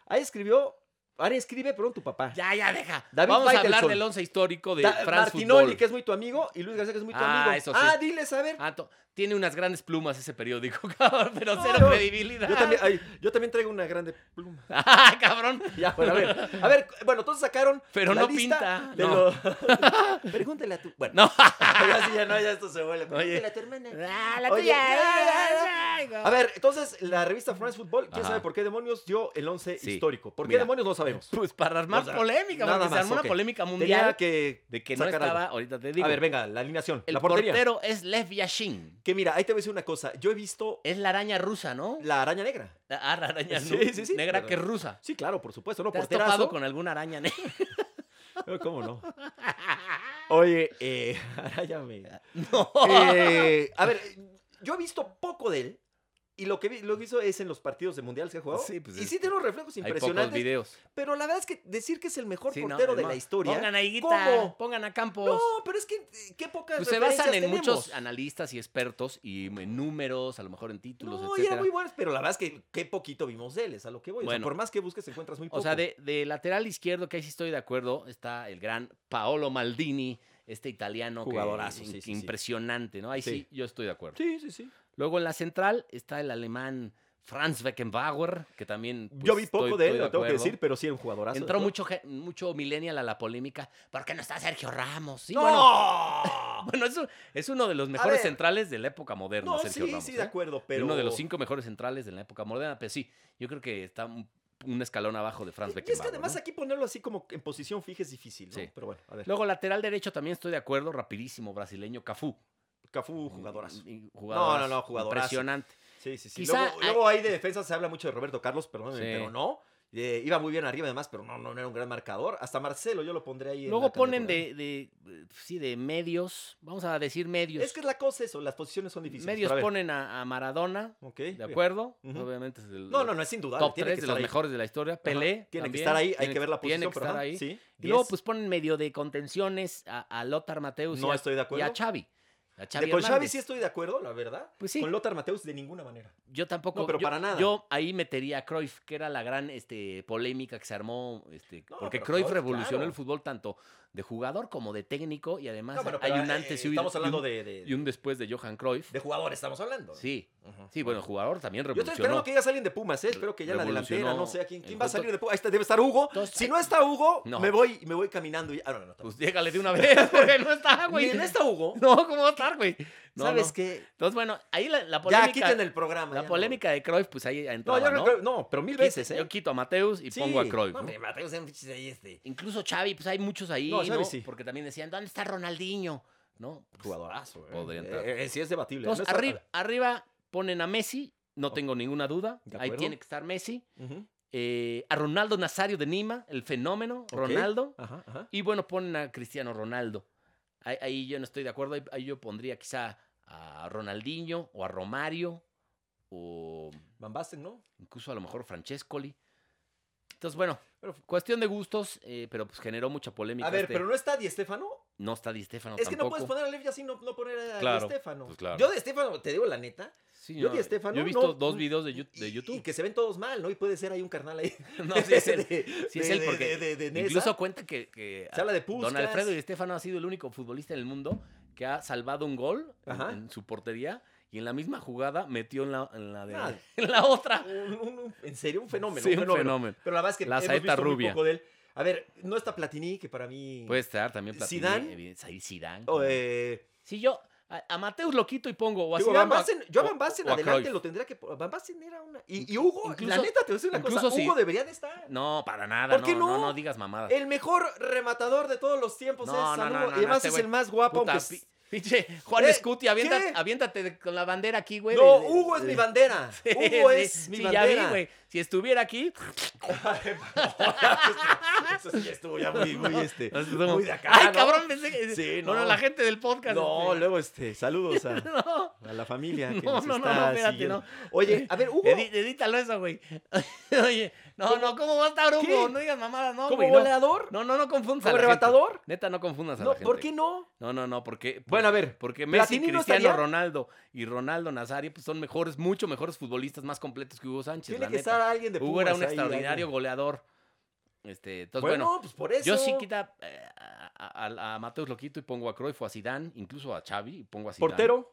A: Ahí escribió. Ahí escribe, perdón, tu papá.
B: Ya, ya, deja.
A: David
B: Vamos a hablar
A: Faitelson.
B: del once histórico de
A: Da-
B: France
A: Martinoli,
B: Football.
A: que es muy tu amigo, y Luis García, que es muy tu
B: Ah,
A: amigo.
B: eso sí.
A: Ah, diles, a ver.
B: Ah, to- tiene unas grandes plumas ese periódico, cabrón, pero cero
A: yo-
B: credibilidad.
A: Yo también, ay, yo también traigo una grande pluma.
B: Ah, cabrón.
A: Ya, bueno, a ver. A ver, bueno, entonces sacaron.
B: Pero
A: la
B: no
A: lista
B: pinta,
A: de
B: no. *laughs*
A: lo- Pregúntale a tu. Bueno,
B: No.
A: *laughs* ya, sí, ya no, ya esto se vuelve. Pregúntale
B: Oye.
A: a tu hermana.
B: Ah, la
A: Oye,
B: tuya.
A: ya, A ver, entonces la revista France Football, ¿quién
B: Ajá.
A: sabe por qué demonios dio el 11
B: Sí.
A: histórico? ¿Por qué
B: Mira.
A: demonios no sabemos?
B: Pues para armar
A: O sea,
B: polémica,
A: nada
B: porque se
A: más,
B: armó una
A: ok.
B: polémica
A: Tenía
B: mundial
A: que.
B: de que no
A: sacar
B: estaba,
A: algo.
B: ahorita te digo.
A: A ver, venga, la alineación.
B: el
A: la portería.
B: portero es Lev Yashin.
A: Que mira, ahí te voy a decir una cosa. Yo he visto
B: Es la araña rusa, ¿no?
A: la araña negra.
B: La, ah, la araña
A: Sí,
B: nu-
A: sí, sí,
B: negra
A: la-
B: que es rusa.
A: Sí, claro, por supuesto, ¿no?
B: ¿Te has
A: Porterazo.
B: topado con alguna araña *laughs* negra?
A: Eh, *laughs* ¿Cómo no? Oye, eh, *laughs* araña negra.
B: No.
A: Eh, *laughs* a ver, yo he visto poco de él. Y lo que, vi- lo que hizo es en los partidos de mundiales que ha jugado.
B: Sí, pues
A: y
B: es
A: sí tiene unos reflejos
B: Hay pocos
A: impresionantes.
B: videos.
A: Pero la verdad es que decir que es el mejor
B: Sí, no,
A: portero de
B: no.
A: la historia. ¿eh?
B: Pongan a Higuita,
A: ¿Cómo?
B: pongan a Campos.
A: No, pero es que eh, qué pocas
B: Pues se basan en
A: referencias
B: muchos
A: tenemos.
B: analistas y expertos y en números, a lo mejor en títulos,
A: No, y
B: etcétera.
A: eran muy buenos, pero la verdad es que qué poquito vimos de él, es a lo que voy. O sea,
B: Bueno.
A: por más que busques, encuentras muy poco.
B: O sea, de, de lateral izquierdo, que ahí sí estoy de acuerdo, está el gran Paolo Maldini, este italiano que-
A: Jugadorazo,
B: in-
A: sí, sí, sí.
B: impresionante, ¿no? Ahí sí.
A: Sí.
B: yo estoy de acuerdo.
A: Sí, sí, sí.
B: Luego en la central está el alemán Franz Beckenbauer, que también pues,
A: Yo vi poco
B: estoy-
A: de él,
B: estoy
A: lo tengo que
B: acuerdo.
A: decir, pero sí era un jugadorazo.
B: Entró
A: ¿no?
B: mucho, ge- mucho millennial a la polémica, ¿por qué no está Sergio Ramos? Sí,
A: ¡No!
B: bueno, *laughs* bueno, eso es uno de los mejores
A: ver.
B: centrales de la época moderna,
A: no,
B: Sergio
A: sí,
B: Ramos.
A: sí,
B: ¿eh?
A: de acuerdo, pero...
B: Uno de los cinco mejores centrales de la época moderna, pero sí, yo creo que está un, un escalón abajo de
A: Y
B: Franz
A: es que
B: Beckenbauer.
A: además
B: ¿no?
A: aquí ponerlo así como en posición fija es difícil, ¿no?
B: Sí.
A: Pero bueno, a ver.
B: Luego, lateral derecho también estoy de acuerdo, rapidísimo, brasileño, Cafú.
A: Cafú,
B: Mm,
A: jugadorazo.
B: Y- y- jugadorazo,
A: No, no, no, jugadorazo.
B: Impresionante.
A: Sí, sí, sí.
B: Quizá
A: luego, luego ahí de defensa se habla mucho de Roberto Carlos, perdóname,
B: Sí.
A: pero no. Eh, iba muy bien arriba además, pero no, no, no era un gran marcador. Hasta Marcelo yo lo pondré ahí. en la
B: Luego ponen
A: candidatura.
B: de, de, eh, sí, de medios, vamos a decir medios.
A: Es que es la cosa eso, las posiciones son difíciles.
B: medios
A: pero a ver.
B: ponen a, a Maradona,
A: Ok,
B: ¿de
A: bien.
B: acuerdo?
A: Ujú.
B: Obviamente es el
A: No, no, no, es indudable.
B: top
A: tiene
B: 3
A: que
B: de
A: estar
B: los
A: ahí.
B: mejores de la historia.
A: Ajá,
B: Pelé
A: Tiene que
B: también,
A: estar ahí, hay
B: tiene
A: que ver la posición.
B: Tiene que
A: pero
B: estar
A: ajá,
B: ahí.
A: Sí,
B: Y luego
A: diez.
B: pues ponen medio de contenciones a, a Lothar Mateus
A: No
B: y, a,
A: estoy de
B: y
A: acuerdo.
B: a Xavi. A Xavi
A: De- con Xavi
B: Hernández.
A: sí estoy de acuerdo, la verdad.
B: Pues sí.
A: Con Lothar Mateus de ninguna manera.
B: Yo tampoco.
A: No, pero
B: yo,
A: para nada.
B: Yo ahí metería a Cruyff, que era la gran este, polémica que se armó. Este,
A: No,
B: porque
A: pero
B: Cruyff
A: Cruyff,
B: revolucionó
A: claro.
B: el fútbol tanto de jugador como de técnico y además
A: No, bueno,
B: Ah, hay
A: pero,
B: un
A: eh,
B: antes y un,
A: Estamos hablando
B: y un-
A: de, de,
B: y un después de Johan Cruyff.
A: de jugadores, estamos hablando.
B: Sí,
A: Ajá.
B: sí, bueno, el jugador también
A: Yo estoy esperando
B: revolucionó.
A: que diga alguien de Pumas, ¿eh? Espero que ya en la
B: Revolucionó
A: delantera, no sé a quién.
B: el
A: ¿Quién va a
B: juego.
A: salir de Pumas? Ahí está, debe estar Hugo.
B: Entonces-
A: si no está Hugo,
B: No.
A: me voy me voy caminando. Y... Ah, no, no, no.
B: Pues llégale de una vez, *laughs* porque no está,
A: Ni
B: Ah, güey.
A: no está Hugo,
B: No, ¿cómo va a estar, güey? No,
A: ¿sabes
B: no.
A: qué?
B: Entonces, bueno, ahí la, la
A: Ya
B: polémica.
A: quiten el programa.
B: la
A: ya no.
B: polémica de Cruyff, pues ahí
A: No,
B: entraba,
A: yo
B: ¿no?
A: no creo- no, pero mil veces, ¿eh?
B: Yo quito a Mateus y
A: Sí.
B: pongo a
A: No,
B: Cruyff. ¿no?
A: hombre, Mateus era un pinche ahí, este.
B: Incluso Xavi, pues hay muchos ahí,
A: No,
B: ¿no?
A: Xavi sí.
B: Porque también decían, ¿dónde está Ronaldinho? ¿No? Pues,
A: Jugadorazo, ¿eh?
B: Podría entrar.
A: Eh, eh, sí, es debatible.
B: Entonces,
A: No está-
B: arriba, arriba ponen a Messi, no tengo ninguna duda.
A: De
B: Ahí
A: acuerdo.
B: tiene que estar Messi.
A: Ujú.
B: Eh, a Ronaldo Nazario de Nima, el fenómeno, Ronaldo.
A: Ajá, ajá.
B: Y bueno, ponen a Cristiano Ronaldo. Ahí, ahí yo no estoy de acuerdo. Ahí, ahí yo pondría quizá a Ronaldinho o a Romario o
A: Van Basten, ¿no?
B: incluso a lo mejor Francescoli. Entonces, bueno,
A: Pero-
B: cuestión de gustos, eh, pero pues generó mucha polémica.
A: A ver,
B: este-
A: pero no está Di Stefano.
B: No está Di Stefano
A: Es que no
B: tampoco.
A: puedes poner a Lev y así no, no poner a
B: Claro,
A: Di Stefano.
B: pues claro.
A: Yo de Stefano, te digo la neta.
B: Sí,
A: Yo
B: no,
A: Di Stefano.
B: yo he visto
A: no,
B: dos
A: mm,
B: videos de, Yu- de
A: y-
B: YouTube.
A: Y que se ven todos mal, ¿no? Y puede ser ahí un carnal ahí.
B: *laughs* no,
A: *laughs*
B: sí es *laughs* él.
A: de-
B: sí es
A: de-
B: él,
A: de-
B: porque
A: de- de- de Nesa.
B: Incluso cuenta que, que
A: se habla de Puskas.
B: Don Alfredo Di Stefano ha sido el único futbolista en el mundo que ha salvado un gol en,
A: Ajá.
B: en su portería y en la misma jugada metió en la, en la, de-
A: Ah.
B: *laughs* en la otra.
A: Un- un- un- en serio, un fenómeno.
B: Sí,
A: un fenómeno. Pero la verdad es que
B: La
A: hemos
B: saeta
A: visto muy
B: rubia. Pues,
A: poco de él. A ver, no está Platini, que para mí.
B: Puede estar también Platini.
A: Zidane.
B: evidente- Ahí Zidane.
A: o, eh,
B: Si yo a, a Mateus lo quito y pongo o a
A: digo,
B: Zidane
A: Van
B: o a-
A: Basten- yo a Van
B: o-
A: Basten
B: o a
A: adelante
B: Cruyff.
A: lo tendría que. Van Basten era una. Y, y
B: Inclu-
A: Hugo, la
B: incluso-
A: neta, te voy a decir una cosa.
B: incluso si-
A: Hugo debería de estar.
B: No, para nada.
A: ¿Por qué
B: no, no?
A: no? Eh,
B: no digas mamadas.
A: El mejor rematador de todos los tiempos
B: No,
A: es
B: no,
A: San
B: no,
A: Hugo, y
B: no, no,
A: además
B: este
A: es
B: güey-
A: el más guapo.
B: Puta,
A: aunque
B: pi-
A: es-
B: *laughs* Pinche Juan
A: ¿Qué?
B: Escuti, avienta-
A: ¿Qué?
B: aviéntate de- con la bandera aquí, güey.
A: No,
B: de- de-
A: Hugo es mi bandera.
B: *laughs* Sí,
A: *laughs* Hugo
B: sí,
A: es mi
B: sí,
A: bandera.
B: ya vi, güey. Si estuviera aquí,
A: *laughs* Eso sí estuvo ya muy, muy, este,
B: Muy
A: muy de acá.
B: Ay,
A: ¿no?
B: cabrón, pensé-
A: Sí,
B: Bueno,
A: no.
B: la gente del podcast.
A: No,
B: este.
A: luego este, saludos a,
B: *laughs* no.
A: a la familia que
B: No,
A: nos
B: no, no,
A: está
B: no, espérate,
A: siguiendo.
B: no. Eh,
A: Oye, a ver, Hugo,
B: Edi- edítalo eso, güey. *laughs* Oye, no, no, ¿cómo va a estar Hugo?
A: ¿Qué?
B: No digas mamadas, no,
A: como
B: güey. No,
A: goleador,
B: no, no, no confundas a
A: como
B: la
A: rebatador,
B: gente. Neta, no confundas a
A: no,
B: la gente.
A: ¿por qué no?
B: No, no, no, porque...
A: Bueno, a ver,
B: Porque Messi,
A: ¿Platini no
B: Cristiano
A: estaría?
B: Ronaldo y Ronaldo Nazario pues, son mejores, mucho mejores futbolistas, más completos que Hugo Sánchez,
A: tiene
B: la
A: que
B: neta.
A: estar alguien de
B: Hugo era
A: Pumas
B: un
A: ahí,
B: extraordinario
A: alguien.
B: goleador. Este, entonces,
A: Bueno,
B: ¿eh? bueno,
A: pues por eso.
B: yo sí quita eh, a, a- a Mateus lo quito y pongo a Cruyff o a Zidane, incluso a Xavi y pongo a Zidane.
A: Portero,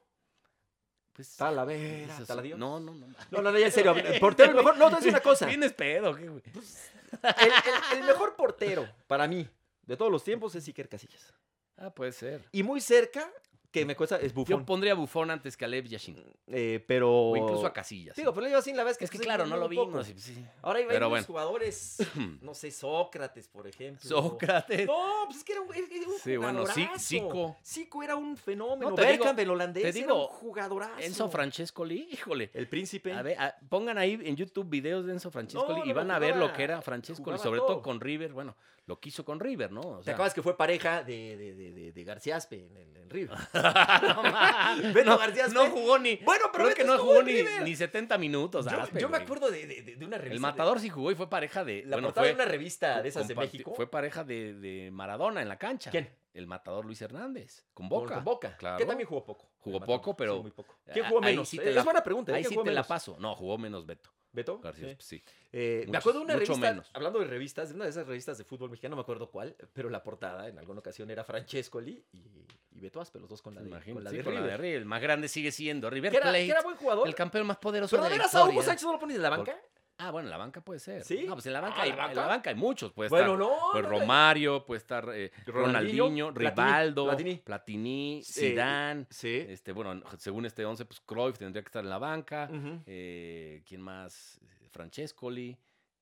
B: Pues,
A: Talavera,
B: eso sí.
A: Talavera.
B: No, no, no.
A: No, no, no, ya en serio.
B: *laughs*
A: Portero, el mejor. No, te voy a decir una cosa. El,
B: Vienes pedo, ¿qué, güey?
A: el- el mejor portero para mí de todos los tiempos es Iker Casillas.
B: Ah, puede ser.
A: Y muy cerca, que me cuesta, es
B: Yo
A: Buffon.
B: pondría a Bufón antes que a Lev Yashin.
A: Eh, pero.
B: O incluso a Casillas.
A: Digo, pero yo así la vez que.
B: es que
A: estoy
B: claro, no
A: viendo
B: lo
A: un poco.
B: vimos. y, pues,
A: *clears throat*
B: sí. *laughs*
A: Ahora hay
B: Pero
A: varios
B: bueno.
A: jugadores, no sé, Sócrates, por ejemplo.
B: Sócrates.
A: No, pues es que era un, era un
B: Sí, bueno, sí-
A: jugadorazo.
B: Zico.
A: Zico era un fenómeno.
B: No, te digo-
A: Bergkamp, el holandés,
B: te
A: era un
B: digo,
A: jugadorazo.
B: Enzo Francescoli, híjole.
A: El príncipe.
B: A ver, a- pongan ahí en YouTube videos de Enzo Francescoli
A: No,
B: y
A: no,
B: van
A: no,
B: a ver lo
A: jugaba-
B: que era Francescoli,
A: jugaba
B: sobre
A: todo.
B: todo con River. Bueno, lo quiso con River, ¿no? O
A: ¿Te
B: sea,
A: acuerdas que fue pareja de, de, de, de- de García Aspe en, el, en
B: *laughs*
A: River? *laughs*
B: no, ma-
A: Beto
B: no,
A: García Aspe.
B: no jugó ni.
A: Bueno, pero
B: creo
A: Beto
B: que no
A: estuvo
B: jugó
A: en
B: ni,
A: River.
B: ni 70 minutos.
A: yo
B: Aspe,
A: yo me
B: güey.
A: acuerdo de, de- de- de una revista.
B: El
A: de-
B: matador sí jugó y fue pareja de.
A: la
B: bueno,
A: portada
B: fue-
A: de una revista de esas de
B: comparti-
A: México.
B: Fue pareja de, de Maradona en la cancha.
A: ¿Quién?
B: El matador Luis Hernández. Con
A: Con-
B: Boca.
A: con Boca.
B: claro.
A: Que también jugó poco.
B: Jugó
A: El matador,
B: poco,
A: sí,
B: pero-
A: muy poco. ¿Quién
B: Ah,
A: jugó
B: ahí
A: menos?
B: sí te
A: es
B: la-
A: buena pregunta. ¿eh?
B: Ahí
A: ¿Quién
B: sí
A: jugó
B: te la
A: menos?
B: paso. No, jugó menos Beto.
A: ¿Beto?
B: García,
A: Sí.
B: Aspe, sí.
A: Eh, me
B: Muchos-
A: acuerdo de una
B: mucho
A: revista,
B: menos.
A: hablando de revistas, de una de esas revistas de fútbol mexicano, no me acuerdo cuál, pero la portada en alguna ocasión era Francescoli y, y Beto Aspe, los dos con la de,
B: Imagínate,
A: con la
B: sí,
A: de
B: con la
A: River.
B: de River. El más grande sigue siendo River
A: Que era,
B: Plate.
A: que era buen jugador.
B: el campeón más poderoso
A: pero de
B: de la
A: veras a Hugo
B: historia.
A: Sánchez no lo pones en la banca.
B: Ah, bueno, en la banca puede ser.
A: ¿Sí?
B: No, pues en la banca,
A: Ah,
B: hay,
A: ¿la banca?
B: En la banca hay muchos. Puede
A: Bueno,
B: estar
A: no.
B: pues,
A: no, no.
B: Romario, puede estar eh,
A: Ronaldinho,
B: Ronaldinho,
A: Platini,
B: Rivaldo,
A: Platini.
B: Platini,
A: Eh,
B: Zidane.
A: Sí.
B: este, bueno, según este 11, pues Cruyff tendría que estar en la banca.
A: Ujú.
B: Eh, ¿Quién más? Francescoli,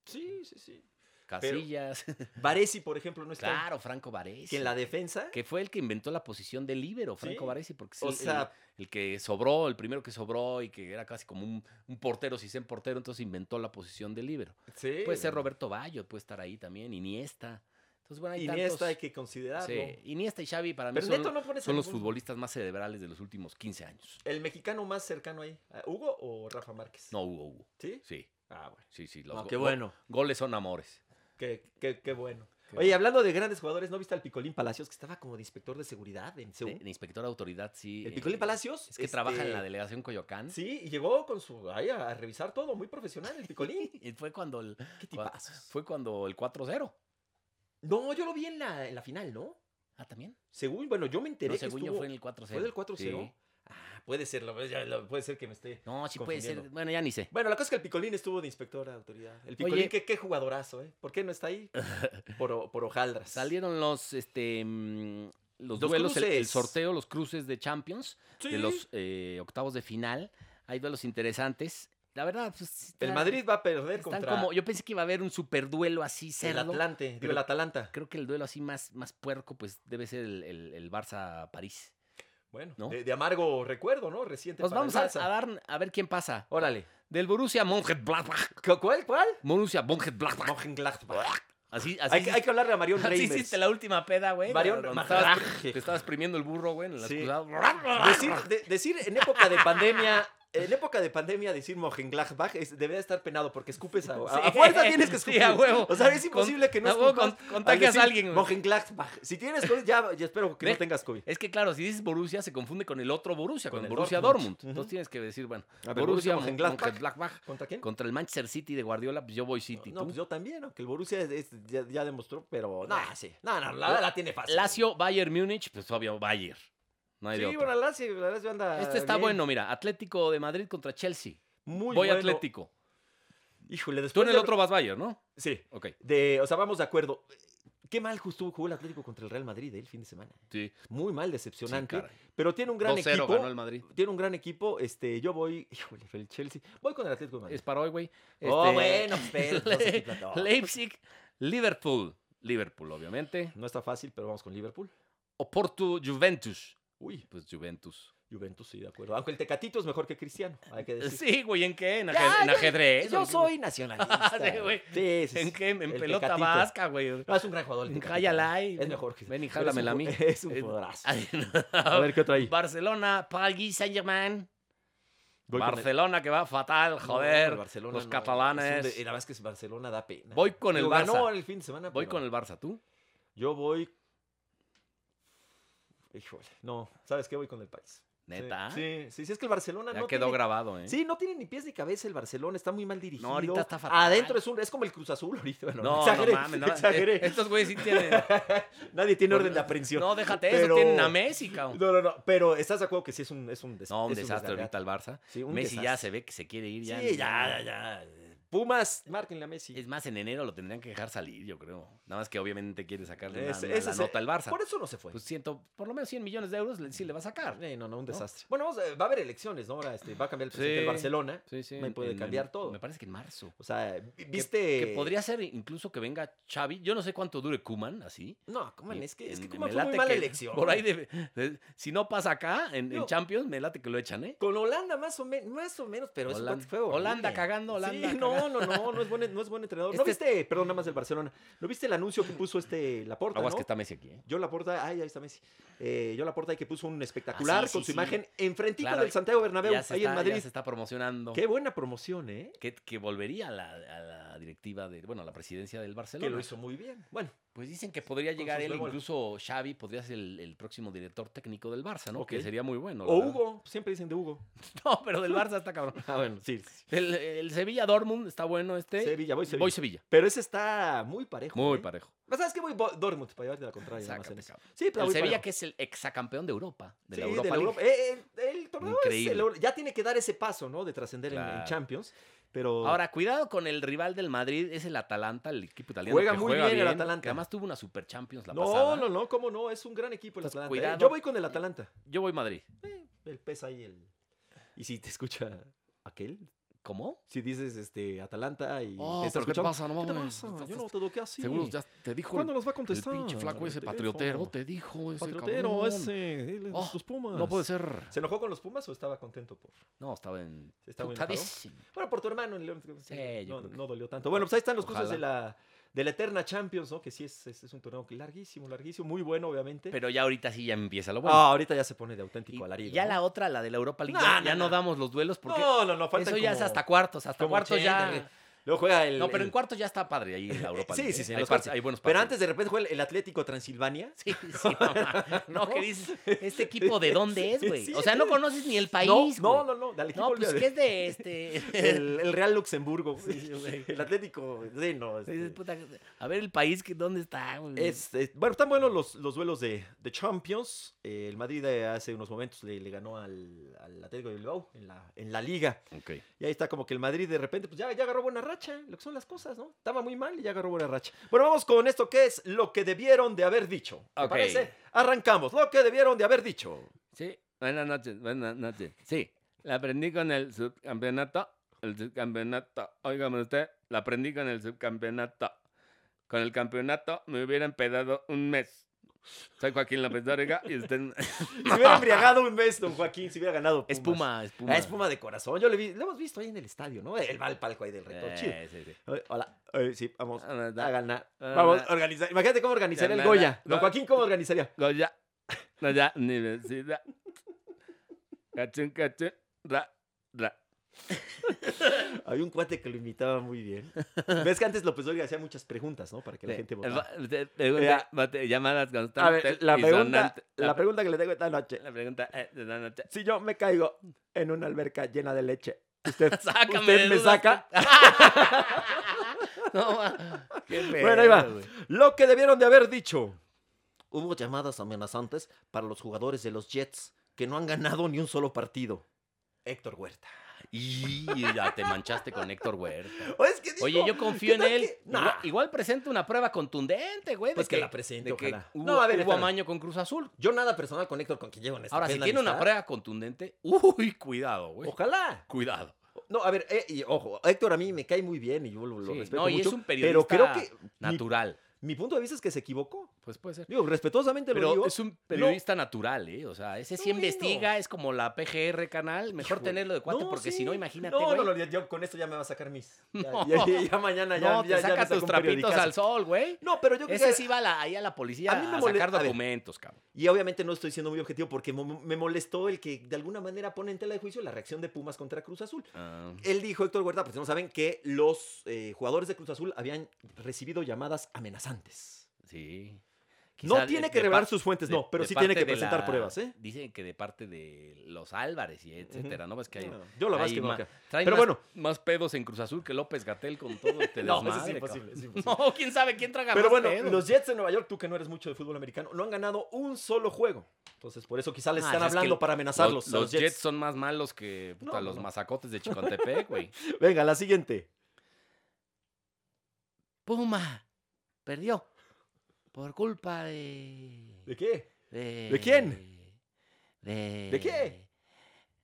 A: Sí, sí, sí.
B: Casillas. *laughs*
A: Varesi, por ejemplo, no está.
B: claro, Franco Baresi.
A: Que en pues, la defensa.
B: que fue el que inventó la posición de líbero, Franco
A: Sí.
B: Baresi, porque sí,
A: o
B: el-
A: sea,
B: el, que sobró, el primero que sobró y que era casi como un, un portero, si en portero, entonces inventó la posición de líbero.
A: sí.
B: Puede ser Roberto Bayo, puede estar ahí también, Iniesta. Entonces, bueno, hay
A: Iniesta
B: tantos-
A: hay que considerarlo.
B: Sí, Iniesta y Xavi para mí
A: Pero
B: son,
A: neto no pones a
B: son los
A: ninguno.
B: futbolistas más cerebrales de los últimos 15 años.
A: El mexicano más cercano ahí. ¿a ¿Hugo o Rafa Márquez?
B: No, Hugo, Hugo.
A: ¿Sí?
B: Sí,
A: Ah, bueno.
B: sí, sí. los
A: No,
B: go-
A: qué
B: go-
A: bueno.
B: Goles son amores.
A: Qué, qué, qué bueno.
B: Qué
A: Oye,
B: bueno.
A: hablando de grandes jugadores, ¿no viste al Picolín Palacios que estaba como de inspector de seguridad en
B: De,
A: Seúl?
B: de inspector de autoridad, sí.
A: el
B: eh,
A: Picolín Palacios.
B: Es que trabaja en
A: este,
B: la delegación Coyoacán.
A: Sí, y llegó con su. Ahí a, a revisar todo, muy profesional el
B: *laughs*
A: Picolín.
B: Y fue cuando el,
A: Qué
B: Cua-
A: tipazos.
B: fue cuando el 4-0.
A: No, yo lo vi en la, en la final, ¿no?
B: Ah, también.
A: Según, bueno, yo me enteré
B: No,
A: que
B: según yo
A: estuvo-
B: fue en el 4-0.
A: ¿Fue del 4-0?
B: Sí.
A: Ah, puede ser, lo- ya lo- puede ser que me esté.
B: No, sí puede ser.
A: Confundiendo.
B: Bueno, ya ni sé.
A: Bueno, la cosa es que el Picolín estuvo de inspector de autoridad. El Picolín,
B: Oye.
A: qué, qué jugadorazo, ¿eh? ¿Por qué no está ahí?
B: *laughs*
A: Por, o- por hojaldras.
B: Salieron los este mm,
A: Los
B: los, duelos, el, el
A: cruces.
B: sorteo, los cruces de Champions,
A: Sí.
B: de los eh, octavos de final. Hay duelos interesantes. La verdad, pues, sí
A: El
B: están-
A: Madrid va a perder
B: están
A: contra
B: como. Yo pensé que iba a haber un superduelo así
A: el
B: cerdo.
A: Atlante, digo,
B: pero-
A: el Atalanta.
B: Creo que el duelo así más, más puerco, pues debe ser el, el- el Barça París.
A: Bueno,
B: ¿no?
A: de, de amargo recuerdo, ¿no? Reciente.
B: Nos
A: para el
B: Pues vamos a,
A: Barça.
B: a dar a ver quién pasa.
A: Órale.
B: Del Borussia Mönchengladbach.
A: ¿Cu- ¿Cuál? ¿Cuál?
B: Borussia Mönchengladbach. Ah,
A: Mönchengladbach.
B: Así, así.
A: Hay, que- hay que hablarle a *laughs* Marion
B: *laughs* Así
A: Reimers.
B: hiciste la última peda, güey.
A: Marion
B: cuando estabas-
A: Majaraj.
B: Te estaba exprimiendo el burro, güey, en el
A: Sí.
B: excusado.
A: Decir, de- decir en época de pandemia, en época de pandemia, decir Mönchengladbach es, debería estar penado porque escupes a, a, a
B: Sí.
A: fuerza tienes que
B: *laughs* Sí,
A: escupir.
B: a huevo.
A: O sea, es imposible que no
B: a huevo,
A: escupas.
B: Ah, con- contagias a
A: al decir
B: alguien, güey.
A: Mönchengladbach. Si tienes COVID, ya, ya espero que no
B: Ve-
A: tengas COVID.
B: Es que claro, si dices Borussia se confunde con el otro Borussia,
A: Con
B: con,
A: el
B: el Borussia
A: Dortmund.
B: Dortmund.
A: Ujú.
B: Entonces tienes que decir, bueno,
A: A ver, Borussia
B: Borussia,
A: Mönchengladbach.
B: Mönchengladbach
A: ¿Contra quién?
B: contra el Manchester City de Guardiola, pues yo voy City.
A: No,
B: ¿Tú?
A: pues yo también, aunque el Borussia es- es- ya, ya demostró, pero nada, sí. No, no, la, la tiene fácil.
B: Lazio, Bayern Múnich, pues obvio Bayern. No hay
A: Sí,
B: de otra.
A: bueno, Lazio, la Lazio anda
B: este está
A: bien.
B: bueno, mira, Atlético de Madrid contra Chelsea.
A: Muy
B: voy
A: bueno.
B: Atlético.
A: Híjole, después
B: Tú en el
A: de-
B: otro vas Bayern, ¿no?
A: Sí.
B: Ok.
A: De, o sea, vamos de acuerdo. Qué mal justo jugó el Atlético contra el Real Madrid eh, el fin de semana.
B: Sí,
A: Muy mal,
B: sí,
A: decepcionante.
B: caray.
A: pero tiene un gran
B: 2-0
A: equipo.
B: ganó el Madrid.
A: Tiene un gran equipo. Este, yo voy, híjole, el Chelsea. Voy con el Atlético de Madrid.
B: Es para hoy, güey.
A: Oh,
B: Este,
A: bueno, pero
B: *laughs*
A: entonces aquí
B: Le-
A: plato.
B: Leipzig, Liverpool. Liverpool, obviamente.
A: No está fácil, pero vamos con Liverpool.
B: Oporto, Juventus.
A: Uy,
B: Pues Juventus.
A: Juventus, sí, de acuerdo. Aunque el Tecatito es mejor que Cristiano, hay que decir.
B: Sí, güey, ¿en qué?
A: Ya,
B: ¿En, aje- en
A: yo-
B: ajedrez?
A: Yo
B: ¿En qué?
A: soy
B: *laughs*
A: nacionalista.
B: Ah, Sí, güey.
A: Sí, sí, sí.
B: ¿En qué? En
A: El
B: pelota
A: Tecatito.
B: vasca, güey.
A: No, es un gran jugador. el Tecatito.
B: Cállala y-
A: Es mejor que
B: Ven
A: pero
B: y
A: es
B: jálamela a
A: un-
B: mí.
A: Es
B: *laughs*
A: un
B: Eh,
A: jugadorazo.
B: Ay,
A: A
B: no.
A: ver, ¿qué otra ahí?
B: Barcelona, Paris Saint-Germain.
A: Voy con el-
B: Barcelona que va fatal,
A: No,
B: joder.
A: el Barcelona
B: los
A: no,
B: catalanes.
A: es un de- la verdad es que si Barcelona da pena.
B: Voy con el
A: Digo, ganó
B: Barça.
A: el fin de semana.
B: Voy
A: pero
B: con el Barça, ¿tú?
A: Yo voy. Híjole. No, ¿sabes qué? Voy con el país. Sí,
B: Neta.
A: Sí, sí, sí, es que el Barcelona
B: Ya
A: no.
B: quedó
A: tiene-
B: grabado, ¿eh?
A: Sí, no tiene ni pies ni cabeza el Barcelona, está muy mal dirigido.
B: ahorita está fatal.
A: Adentro es un es como el Cruz Azul ahorita. Bueno,
B: No,
A: *laughs* exageré,
B: no mames, no.
A: exageré.
B: Estos güeyes sí tienen.
A: *laughs* Nadie tiene orden de aprehensión.
B: No, déjate eso,
A: Pero-
B: tienen a Messi, cabrón.
A: *laughs* No, no, no, pero estás de acuerdo que sí es un es un, des-
B: No, un
A: es
B: desastre ahorita
A: desgarrar.
B: el Barça.
A: Sí, un
B: Messi ya
A: desastre.
B: se ve que se quiere ir. Ya,
A: Sí, ya, ya, ya. Pumas, márquenle a Messi.
B: Es más, en enero lo tendrían que dejar salir, yo creo. Nada más que obviamente quiere sacarle una-
A: Ese-
B: una-
A: ese
B: la
A: es-
B: nota al Barça.
A: Por eso no se fue.
B: Pues ciento, por lo menos 100 millones de euros le- sí le va a sacar.
A: Eh, no, no, un desastre. Bueno, vamos, a- va a haber elecciones, ¿no? Ahora este, va a cambiar el presidente
B: Sí.
A: del Barcelona.
B: Sí, sí.
A: Me puede cambiar todo.
B: Me parece que en marzo.
A: O sea, vi-
B: Que-
A: viste.
B: Que podría ser incluso que venga Xavi. Yo no sé cuánto dure Kuman así.
A: No, Kuman, es que, es que
B: Me-
A: Kuman
B: me
A: fue muy
B: late
A: mala
B: que
A: elección.
B: Por ahí, de- de- si no pasa acá, en, en
A: No.
B: Champions, me late que lo echan, ¿eh?
A: Con Holanda más o, menos más o menos, pero ese
B: Holanda-
A: cuate fue horrible.
B: Holanda cagando, Holanda
A: Sí, no, no, no, no es buen, no es buen entrenador. ¿No
B: Este-
A: viste, perdón, nada más del Barcelona, ¿no viste el anuncio que puso este Laporta,
B: Aguas
A: no?
B: que está Messi aquí, ¿eh?
A: Yo Laporta, ay, ahí está Messi. Eh, yo Laporta ahí que puso un espectacular
B: Ah, sí,
A: con su
B: sí, sí.
A: imagen enfrentito
B: Claro,
A: del Santiago Bernabéu,
B: Ya se,
A: ahí
B: está,
A: en
B: ya
A: Madrid.
B: se está promocionando.
A: Qué buena promoción, ¿eh?
B: Que, que volvería a la, a la directiva de, bueno, a la presidencia del Barcelona.
A: Que lo hizo muy bien. Bueno,
B: Pues dicen que podría llegar
A: sus
B: él,
A: nuevos-
B: incluso Xavi podría ser el, el próximo director técnico del Barça, ¿no?
A: Ok.
B: Que sería muy bueno. la
A: o
B: verdad.
A: Hugo, siempre dicen de Hugo.
B: *laughs* No, pero del Barça está cabrón.
A: Ah, bueno, sí. sí.
B: El, el Sevilla Dortmund está bueno este.
A: Sevilla, voy Sevilla.
B: Voy Sevilla.
A: Pero ese está muy parejo.
B: Muy
A: ¿eh?
B: parejo.
A: Pero ¿Sabes qué? Voy Bo- Dortmund, para llevarte la contraria. nada más
B: Sácate,
A: en eso.
B: cabrón.
A: Sí, pero
B: El
A: voy
B: Sevilla
A: parejo.
B: que es el exacampeón de Europa, de la
A: Sí,
B: Europa League.
A: Europa- eh, eh, el, torneo es el
B: Increíble.
A: Euro- ya tiene que dar ese paso, ¿no? De trascender en- en,
B: Claro.
A: Champions. Pero
B: Ahora, cuidado con el rival del Madrid, es el Atalanta, el equipo italiano.
A: Juega
B: que
A: muy bien el Atalanta.
B: Que además tuvo una Super Champions la
A: no,
B: pasada.
A: no, no, cómo no, es un gran equipo el
B: Entonces,
A: Atalanta. ¿eh?
B: cuidado.
A: Yo voy con el Atalanta.
B: Yo voy Madrid.
A: El pesa ahí el y si te escucha aquel,
B: ¿Cómo?
A: si dices este Atalanta y
B: Oh,
A: te está
B: pero ¿qué te
A: escuchando,
B: pasa? No
A: ¿Qué te
B: mames.
A: pasa?
B: Estás-
A: Yo no te doqué así.
B: Seguro ya te dijo el,
A: ¿Cuándo nos va a
B: el
A: contestar?
B: pinche flaco ese
A: El
B: patriotero,
A: teléfono.
B: te dijo ese
A: Patriotero
B: cabrón.
A: ese, el-
B: Oh,
A: los Pumas.
B: No puede ser.
A: ¿Se enojó con los Pumas o estaba contento por?
B: No, estaba en...
A: Estaba muy
B: putadísimo.
A: Bueno, por tu hermano en León.
B: Sí, yo
A: no,
B: creo que-
A: no dolió tanto. Bueno, pues ahí están los cosas
B: Ojalá.
A: de la, de la Eterna Champions, ¿no? Que sí es, es, es un torneo que larguísimo, larguísimo, muy bueno, obviamente.
B: Pero ya ahorita sí ya empieza lo bueno.
A: Ah, ahorita ya se pone de
B: Y-
A: auténtico
B: y
A: alarido.
B: ya
A: ¿no?
B: la otra, la de la Europa League,
A: No,
B: ya,
A: no,
B: ya no,
A: no.
B: damos los duelos porque
A: No, no, no, falta
B: eso ya es hasta cuartos, hasta cuartos ya...
A: Luego juega el.
B: No, pero
A: el-
B: en cuartos ya está padre ahí en la Europa
A: Sí,
B: League.
A: sí,
B: ¿eh?
A: sí, en
B: Hay,
A: los
B: par-
A: cuartos.
B: hay buenos
A: Pero
B: partidos.
A: antes de repente juega el, el Atlético Transilvania.
B: Sí, sí,
A: *laughs*
B: no, ma. no, que dices, ¿este equipo de dónde es, güey?
A: Sí.
B: O sea, no conoces ni el país,
A: no,
B: güey.
A: no, no, no, del equipo
B: No, pues
A: olvídate.
B: que es de
A: *laughs*
B: este...
A: el, el Real Luxemburgo.
B: Sí, güey.
A: *laughs* el Atlético. Sí, no. este,
B: *laughs* Dices, pues, mm. puta, A ver el país, que ¿dónde está, güey?
A: Es, es- bueno, están buenos los, los duelos de, de Champions. Eh, el Madrid eh, hace unos momentos le, le ganó al, al Atlético de Bilbao en la, en la liga.
B: Ok.
A: Y ahí está como que el Madrid de repente pues ya, ya agarró buena racha, lo que son las cosas, ¿no? Estaba muy mal y ya agarró buena racha. Bueno, vamos con esto que es lo que debieron de haber dicho. ¿Te
B: Ok.
A: parece? Arrancamos, lo que debieron de haber dicho.
B: Sí, buenas noches, buenas noches. Sí, la aprendí con el subcampeonato. El subcampeonato, óigame usted, la aprendí con el subcampeonato. Con el campeonato me hubieran pedado un mes. Soy Joaquín López Dóriga y usted...
A: *laughs* Si hubiera embriagado un mes, don Joaquín, si hubiera ganado. Pumas.
B: Espuma, espuma.
A: Ah, es Puma de corazón. Yo lo, vi- lo hemos visto ahí en el estadio, ¿no? Él va al palco ahí del reto. Chido.
B: Eh, sí, sí.
A: Eh, Hola. Eh, sí, vamos. a ganar.
B: Ah,
A: Vamos,
B: na-
A: organizar. Imagínate cómo organizaría el
B: Ganar,
A: Goya.
B: no.
A: Don Joaquín, ¿cómo organizaría?
B: Goya, Goya, universidad. Cachun, cachun, ra, ra.
A: Había un cuate que lo imitaba muy *laughs* bien. Ves que antes López Obrador hacía muchas preguntas, ¿no? Para que la gente votara.
B: Pregunta, bate- llamadas
A: A
B: constantes
A: ver, la
B: y
A: pregunta,
B: sonantes.
A: la pregunta que le tengo esta noche.
B: La pregunta es de la noche.
A: Si yo me caigo en una alberca llena de leche, ¿usted, *laughs*
B: Sácame
A: usted
B: de
A: me
B: dudas,
A: saca?
B: *laughs* No, ma. Qué
A: Bueno, ahí va.
B: pedo, güey.
A: Lo que debieron de haber dicho. Hubo llamadas amenazantes para los jugadores de los Jets que no han ganado ni un solo partido. Héctor Huerta.
B: Y ya te manchaste con Héctor Huerta.
A: O Pues es que digo,
B: Oye, yo confío
A: ¿qué
B: en
A: tal
B: él.
A: que- Nah,
B: Igual, igual presenta una prueba contundente, güey. de
A: pues que, la presente,
B: de que
A: ojalá.
B: hubo,
A: no, a ver,
B: hubo
A: espérame.
B: amaño con Cruz Azul.
A: yo nada personal con Héctor, con quien llevo en esta
B: Ahora, si
A: pena
B: tiene una
A: amistad.
B: prueba contundente, uy, cuidado, güey.
A: Ojalá.
B: Cuidado.
A: No, a ver, eh, y ojo, Héctor a mí me cae muy bien y yo lo, lo
B: Sí,
A: respeto
B: no, y
A: mucho.
B: es un
A: pero
B: periodista
A: creo que mi,
B: Natural.
A: mi punto de vista es que se equivocó.
B: Pues puede ser.
A: Digo, respetuosamente lo
B: Pero
A: digo.
B: es un periodista natural, ¿eh? O sea, ese sí
A: Bueno.
B: investiga, es como la PGR canal. Mejor
A: Híjole.
B: tenerlo de cuate,
A: No,
B: porque
A: sí.
B: si no, imagínate,
A: No,
B: güey.
A: no,
B: No,
A: no, ya- yo con esto ya me va a sacar mis. Ya,
B: No.
A: ya- ya- ya mañana ya,
B: te
A: ya, ya me
B: saca
A: saca
B: tus
A: un
B: trapitos
A: periodicazo.
B: al sol, güey.
A: No, pero yo creo
B: Ese
A: que
B: sí va a la- ahí a la policía
A: A
B: a,
A: mí me
B: sacar
A: molesta- a ver.
B: documentos, cabrón.
A: Y obviamente no estoy siendo muy objetivo porque mo- me molestó el que de alguna manera pone en tela de juicio la reacción de Pumas contra Cruz Azul.
B: Ah,
A: Él dijo, Héctor Huerta, pues no saben que los eh, jugadores de Cruz Azul habían recibido llamadas amenazantes.
B: sí.
A: no tiene que revelar sus fuentes, no, pero sí tiene que presentar pruebas, ¿eh?
B: Dicen que de parte de los Álvarez y etcétera, ¿no? Es que hay,
A: No, yo la verdad es
B: hay
A: que no.
B: ma-
A: acá.
B: traen
A: Pero
B: más,
A: bueno.
B: más pedos en Cruz Azul que López Gatel con todo
A: *laughs*
B: este
A: No, eso es
B: desmadre,
A: imposible, es
B: *laughs* cabrón.
A: imposible.
B: No, quién sabe quién traga
A: Pero
B: más
A: bueno,
B: pedos?
A: los Jets de Nueva York, tú que no eres mucho de fútbol americano, no han ganado un solo juego. Entonces, por eso quizá les
B: Ah,
A: están
B: es que
A: hablando
B: el-
A: para amenazarlos.
B: Los,
A: a
B: los Jets son más malos que puta,
A: No,
B: los
A: no.
B: mazacotes de
A: *laughs*
B: Chicontepec, güey.
A: Venga, la siguiente.
B: Puma perdió por culpa de...
A: ¿De qué?
B: ¿De,
A: quién?
B: Eh, De, Eh.
A: ¿De qué?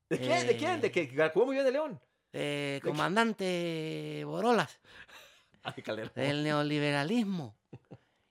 A: ¿De qué? ¿De quién? ¿De que jugó muy bien de León? *laughs*
B: De
A: quién?
B: comandante Borolas,
A: Ah, de Calderón.
B: del neoliberalismo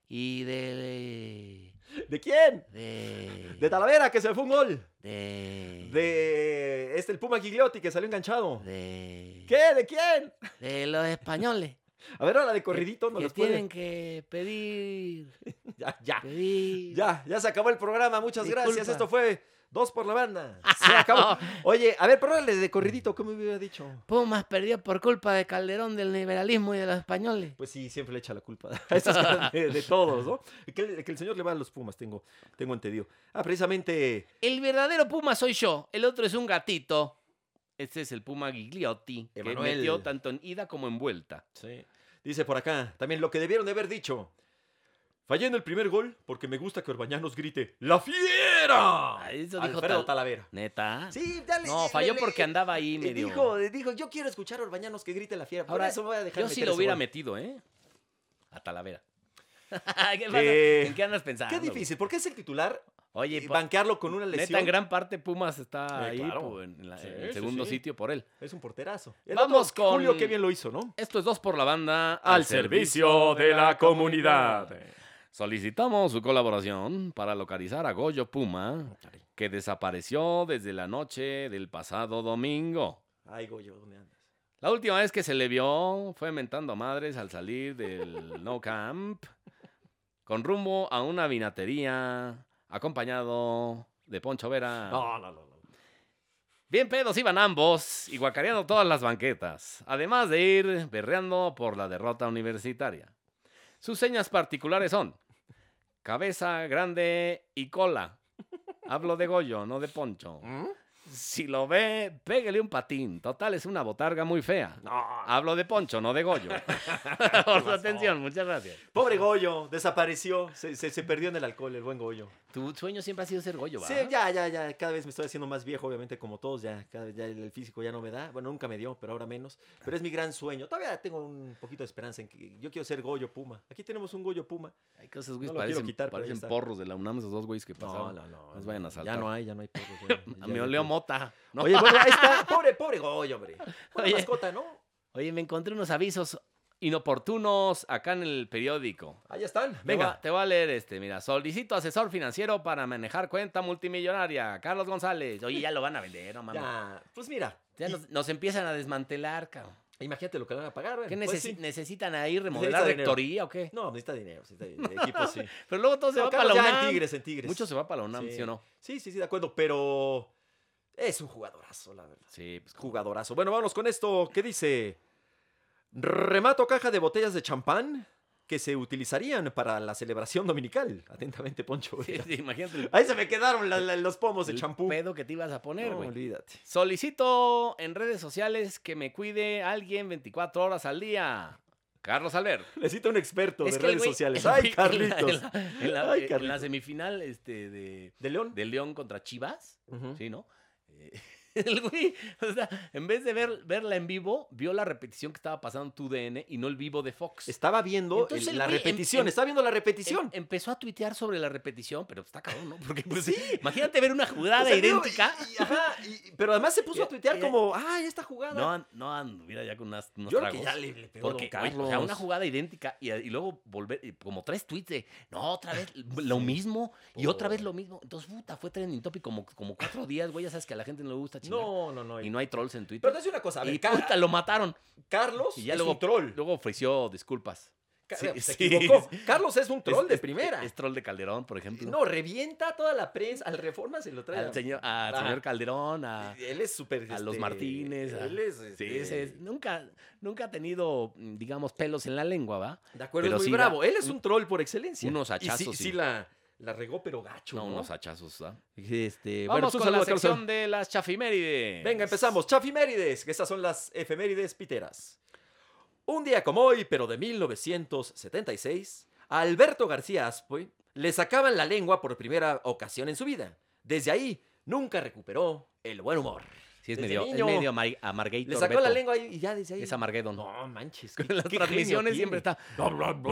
B: y de...
A: ¿De quién?
B: De,
A: De Talavera, que se fue un gol.
B: De...
A: De este, el Puma Gigliotti, que salió enganchado.
B: Eh. de-
A: ¿Qué? ¿De quién?
B: de
A: *laughs*
B: los españoles.
A: A ver, ahora de corridito no
B: que
A: les puede.
B: tienen que pedir...
A: *laughs* Ya, ya.
B: pedir...
A: Ah, Ya, ya se acabó el programa. Muchas gracias.
B: Disculpa.
A: Esto fue Dos por la *laughs* Banda. Se acabó. Oye, a ver, perdónale de corridito. ¿Qué me hubiera dicho?
B: Pumas perdió por culpa de Calderón, del liberalismo y de los españoles.
A: Pues sí, siempre le echa la culpa a *laughs* estas caras de, de todos, ¿no? Que, que el señor le va a los Pumas, tengo, tengo entendido. Ah, precisamente.
B: El verdadero Puma soy yo, el otro es un gatito. Este es el Puma Gigliotti,
A: Emanuel.
B: que metió tanto en ida como en vuelta.
A: Sí. Dice por acá, también lo que debieron de haber dicho. Fallé en el primer gol porque me gusta que Orbañanos grite ¡La fiera!
B: Ah, eso dijo
A: Alfredo
B: Tal-
A: Talavera.
B: ¿Neta?
A: Sí, dale.
B: no, falló porque andaba ahí medio...
A: Dijo, dijo, yo quiero escuchar a Orbañanos que grite la fiera. Por
B: Ahora,
A: eso voy a dejar
B: Yo sí
A: meter
B: lo
A: ese
B: hubiera
A: gol".
B: metido, ¿eh? A Talavera. *laughs* ¿Qué pasa?
A: Eh,
B: ¿En qué andas pensando?
A: Qué
B: güey?
A: difícil, porque es el titular
B: Oye, pues,
A: y
B: pa-
A: banquearlo con una
B: neta,
A: lesión.
B: en gran parte Pumas está
A: Eh,
B: ahí
A: claro.
B: pu, en, la-
A: Sí,
B: en el
A: sí,
B: segundo
A: sí.
B: sitio por él.
A: Es un porterazo. El
B: Vamos
A: otro, Julio,
B: con-
A: que bien lo hizo, ¿no?
B: Esto es dos por la banda. Solicitamos su colaboración para localizar a Goyo Puma, que desapareció desde la noche del pasado domingo.
A: Ay, Goyo, ¿dónde andas?
B: La última vez que se le vio fue mentando madres al salir del *laughs* No Camp, con rumbo a una vinatería, acompañado de Poncho Vera.
A: No, no, no. no.
B: Bien pedos iban ambos y guacareando todas las banquetas, además de ir berreando por la derrota universitaria. Sus señas particulares son cabeza grande y cola. Hablo de Goyo, no de Poncho.
A: ¿Mm?
B: Si lo ve, pégale un patín. Total, es una botarga muy fea.
A: No.
B: Hablo de Poncho, no
A: *laughs*
B: de Goyo. *laughs* por su atención, muchas gracias.
A: Pobre Goyo, desapareció. Se, se- se perdió en el alcohol, el buen Goyo.
B: Tu sueño siempre ha sido ser Goyo,
A: Sí, ya, ya, ya. Cada vez me estoy haciendo más viejo, obviamente, como todos. Ya, cada vez ya el físico ya no me da. Bueno, nunca me dio, pero ahora menos. Pero es mi gran sueño. Todavía tengo un poquito de esperanza en que yo quiero ser Goyo Puma. Aquí tenemos un Goyo Puma.
B: Hay cosas, güeyes,
A: No lo quiero
B: parecen,
A: quitar, pero ahí
B: parecen
A: está.
B: porros de la UNAM, esos dos güeyes que
A: No,
B: pasaron.
A: no, no.
B: Nos vayan a saltar.
A: Ya no hay, ya no hay perros,
B: *laughs*
A: güey. Ya,
B: Me
A: ya
B: olió
A: no.
B: mota. ¿no?
A: Oye, bueno, ahí
B: *laughs*
A: está. Pobre, pobre Goyo, hombre. Buena
B: Oye.
A: mascota, ¿no?
B: Oye, me encontré unos avisos inoportunos acá en el periódico.
A: Ahí están.
B: Te voy a-
A: Venga.
B: Te voy a leer este, mira. Solicito asesor financiero para manejar cuenta multimillonaria. Carlos González. Oye, ya lo van a vender, no mames. Ya,
A: *laughs* Ya, pues mira. y-
B: nos, nos empiezan a desmantelar, cabrón.
A: Imagínate lo que le van a pagar.
B: ¿Qué
A: bueno,
B: necesi-
A: pues sí.
B: necesitan ahí remodelar
A: Necesita dinero.
B: rectoría o qué?
A: No, pues necesita dinero. Necesita dinero. El equipo
B: *laughs*
A: sí.
B: Pero luego todo se
A: No,
B: va para la
A: Carlos, ya en
B: UNAM.
A: Tigres, en Tigres.
B: Mucho se va para la UNAM,
A: Sí.
B: ¿sí o no?
A: Sí, sí, sí, de acuerdo. Pero es un jugadorazo, la verdad.
B: Sí, pues
A: Jugadorazo. Bueno, vámonos con esto. ¿Qué dice? Remato caja de botellas de champán que se utilizarían para la celebración dominical. Atentamente, Poncho. *laughs*
B: pues, *laughs* sí, sí, imagínate el,
A: Ahí se me quedaron la- la- los pomos de
B: el
A: champú.
B: pedo que te ibas a poner,
A: No, *laughs*
B: güey.
A: olvídate.
B: Solicito en redes sociales que me cuide alguien 24 horas al día. Carlos Albert.
A: Necesita un experto de
B: el
A: redes
B: güey-
A: sociales.
B: el
A: Ay,
B: güey *laughs* en la-
A: Carlitos.
B: En la, eh, en la-
A: Ay,
B: en la
A: Carlitos.
B: semifinal este, de,
A: ¿De León?
B: de León contra Chivas,
A: Ujú.
B: ¿sí, no? Eh, *laughs* El güey, o sea, en vez de ver, verla en vivo, vio la repetición que estaba pasando en tu DN y no el vivo de Fox. Em,
A: Estaba viendo
B: Entonces,
A: el-
B: el
A: la
B: güey, em-
A: repetición,
B: em-
A: estaba viendo la repetición.
B: Em- empezó a tuitear sobre la repetición, pero está cabrón, ¿no? Porque pues,
A: Sí.
B: imagínate ver una jugada
A: O sea, digo,
B: idéntica.
A: y- y- ajá, y- pero además se puso a
B: Ya-
A: tuitear
B: ya-
A: como, ah, esta jugada.
B: No, an- no anduviera ya con unas, unos
A: Yo creo
B: tragos.
A: que ya le, le pegó
B: Porque,
A: Don
B: oye, o sea,
A: Carlos.
B: una jugada idéntica y, y luego volver, y como tres tweets de, no, otra
A: *laughs*
B: vez lo
A: Sí. Oh.
B: mismo y otra vez
A: Pobre.
B: lo mismo. Entonces, puta, fue trending topic como, como
A: *laughs*
B: cuatro días, güey, ya sabes que a la gente no le gusta chingar.
A: No, no, no.
B: y no hay trolls en Twitter.
A: Pero te voy a decir una cosa, a ver,
B: y
A: Ca-
B: puta, lo mataron.
A: Carlos
B: Y ya
A: es
B: luego-
A: un troll.
B: Luego ofreció disculpas.
A: Ca- pues,
B: sí,
A: se
B: sí.
A: equivocó. Carlos es un troll
B: *laughs* Es-
A: de
B: es-
A: primera.
B: Es, troll de Calderón, por ejemplo.
A: no, revienta toda la prensa. Al Reforma se lo trae.
B: al
A: a-
B: señor, al
A: Ajá.
B: señor Calderón, a,
A: Él es súper.
B: a los
A: este,
B: Martínez. a-
A: Él es.
B: sí,
A: este,
B: ese es- nunca, nunca ha tenido, mm, digamos, pelos en la lengua, ¿va?
A: De acuerdo,
B: Pero
A: es muy
B: sí da
A: bravo. Él es un troll por excelencia. Y
B: unos
A: sí,
B: hachazos,
A: sí
B: sí.
A: la, la regó, pero gacho.
B: No,
A: No,
B: unos hachazos, ¿va? pues,
A: Este, bueno,
B: Vamos con la
A: saludos, Carlos.
B: sección de las chafimérides.
A: Venga, empezamos. Chafimérides, que esas son las efemérides piteras. Un día como hoy, pero de 1976, a Alberto García Aspe le sacaban la lengua por primera ocasión en su vida. Desde ahí, nunca recuperó el buen humor.
B: Sí, es
A: Desde
B: medio, es
A: niño.
B: medio amar- amargator,
A: Le sacó
B: Beto.
A: la lengua ahí y ya desde ahí.
B: Es
A: *laughs*
B: amarguedon.
A: No manches.
B: Con
A: qué-
B: las
A: qué
B: transmisiones
A: genio
B: siempre
A: tiene.
B: está.
A: No,
B: Mm.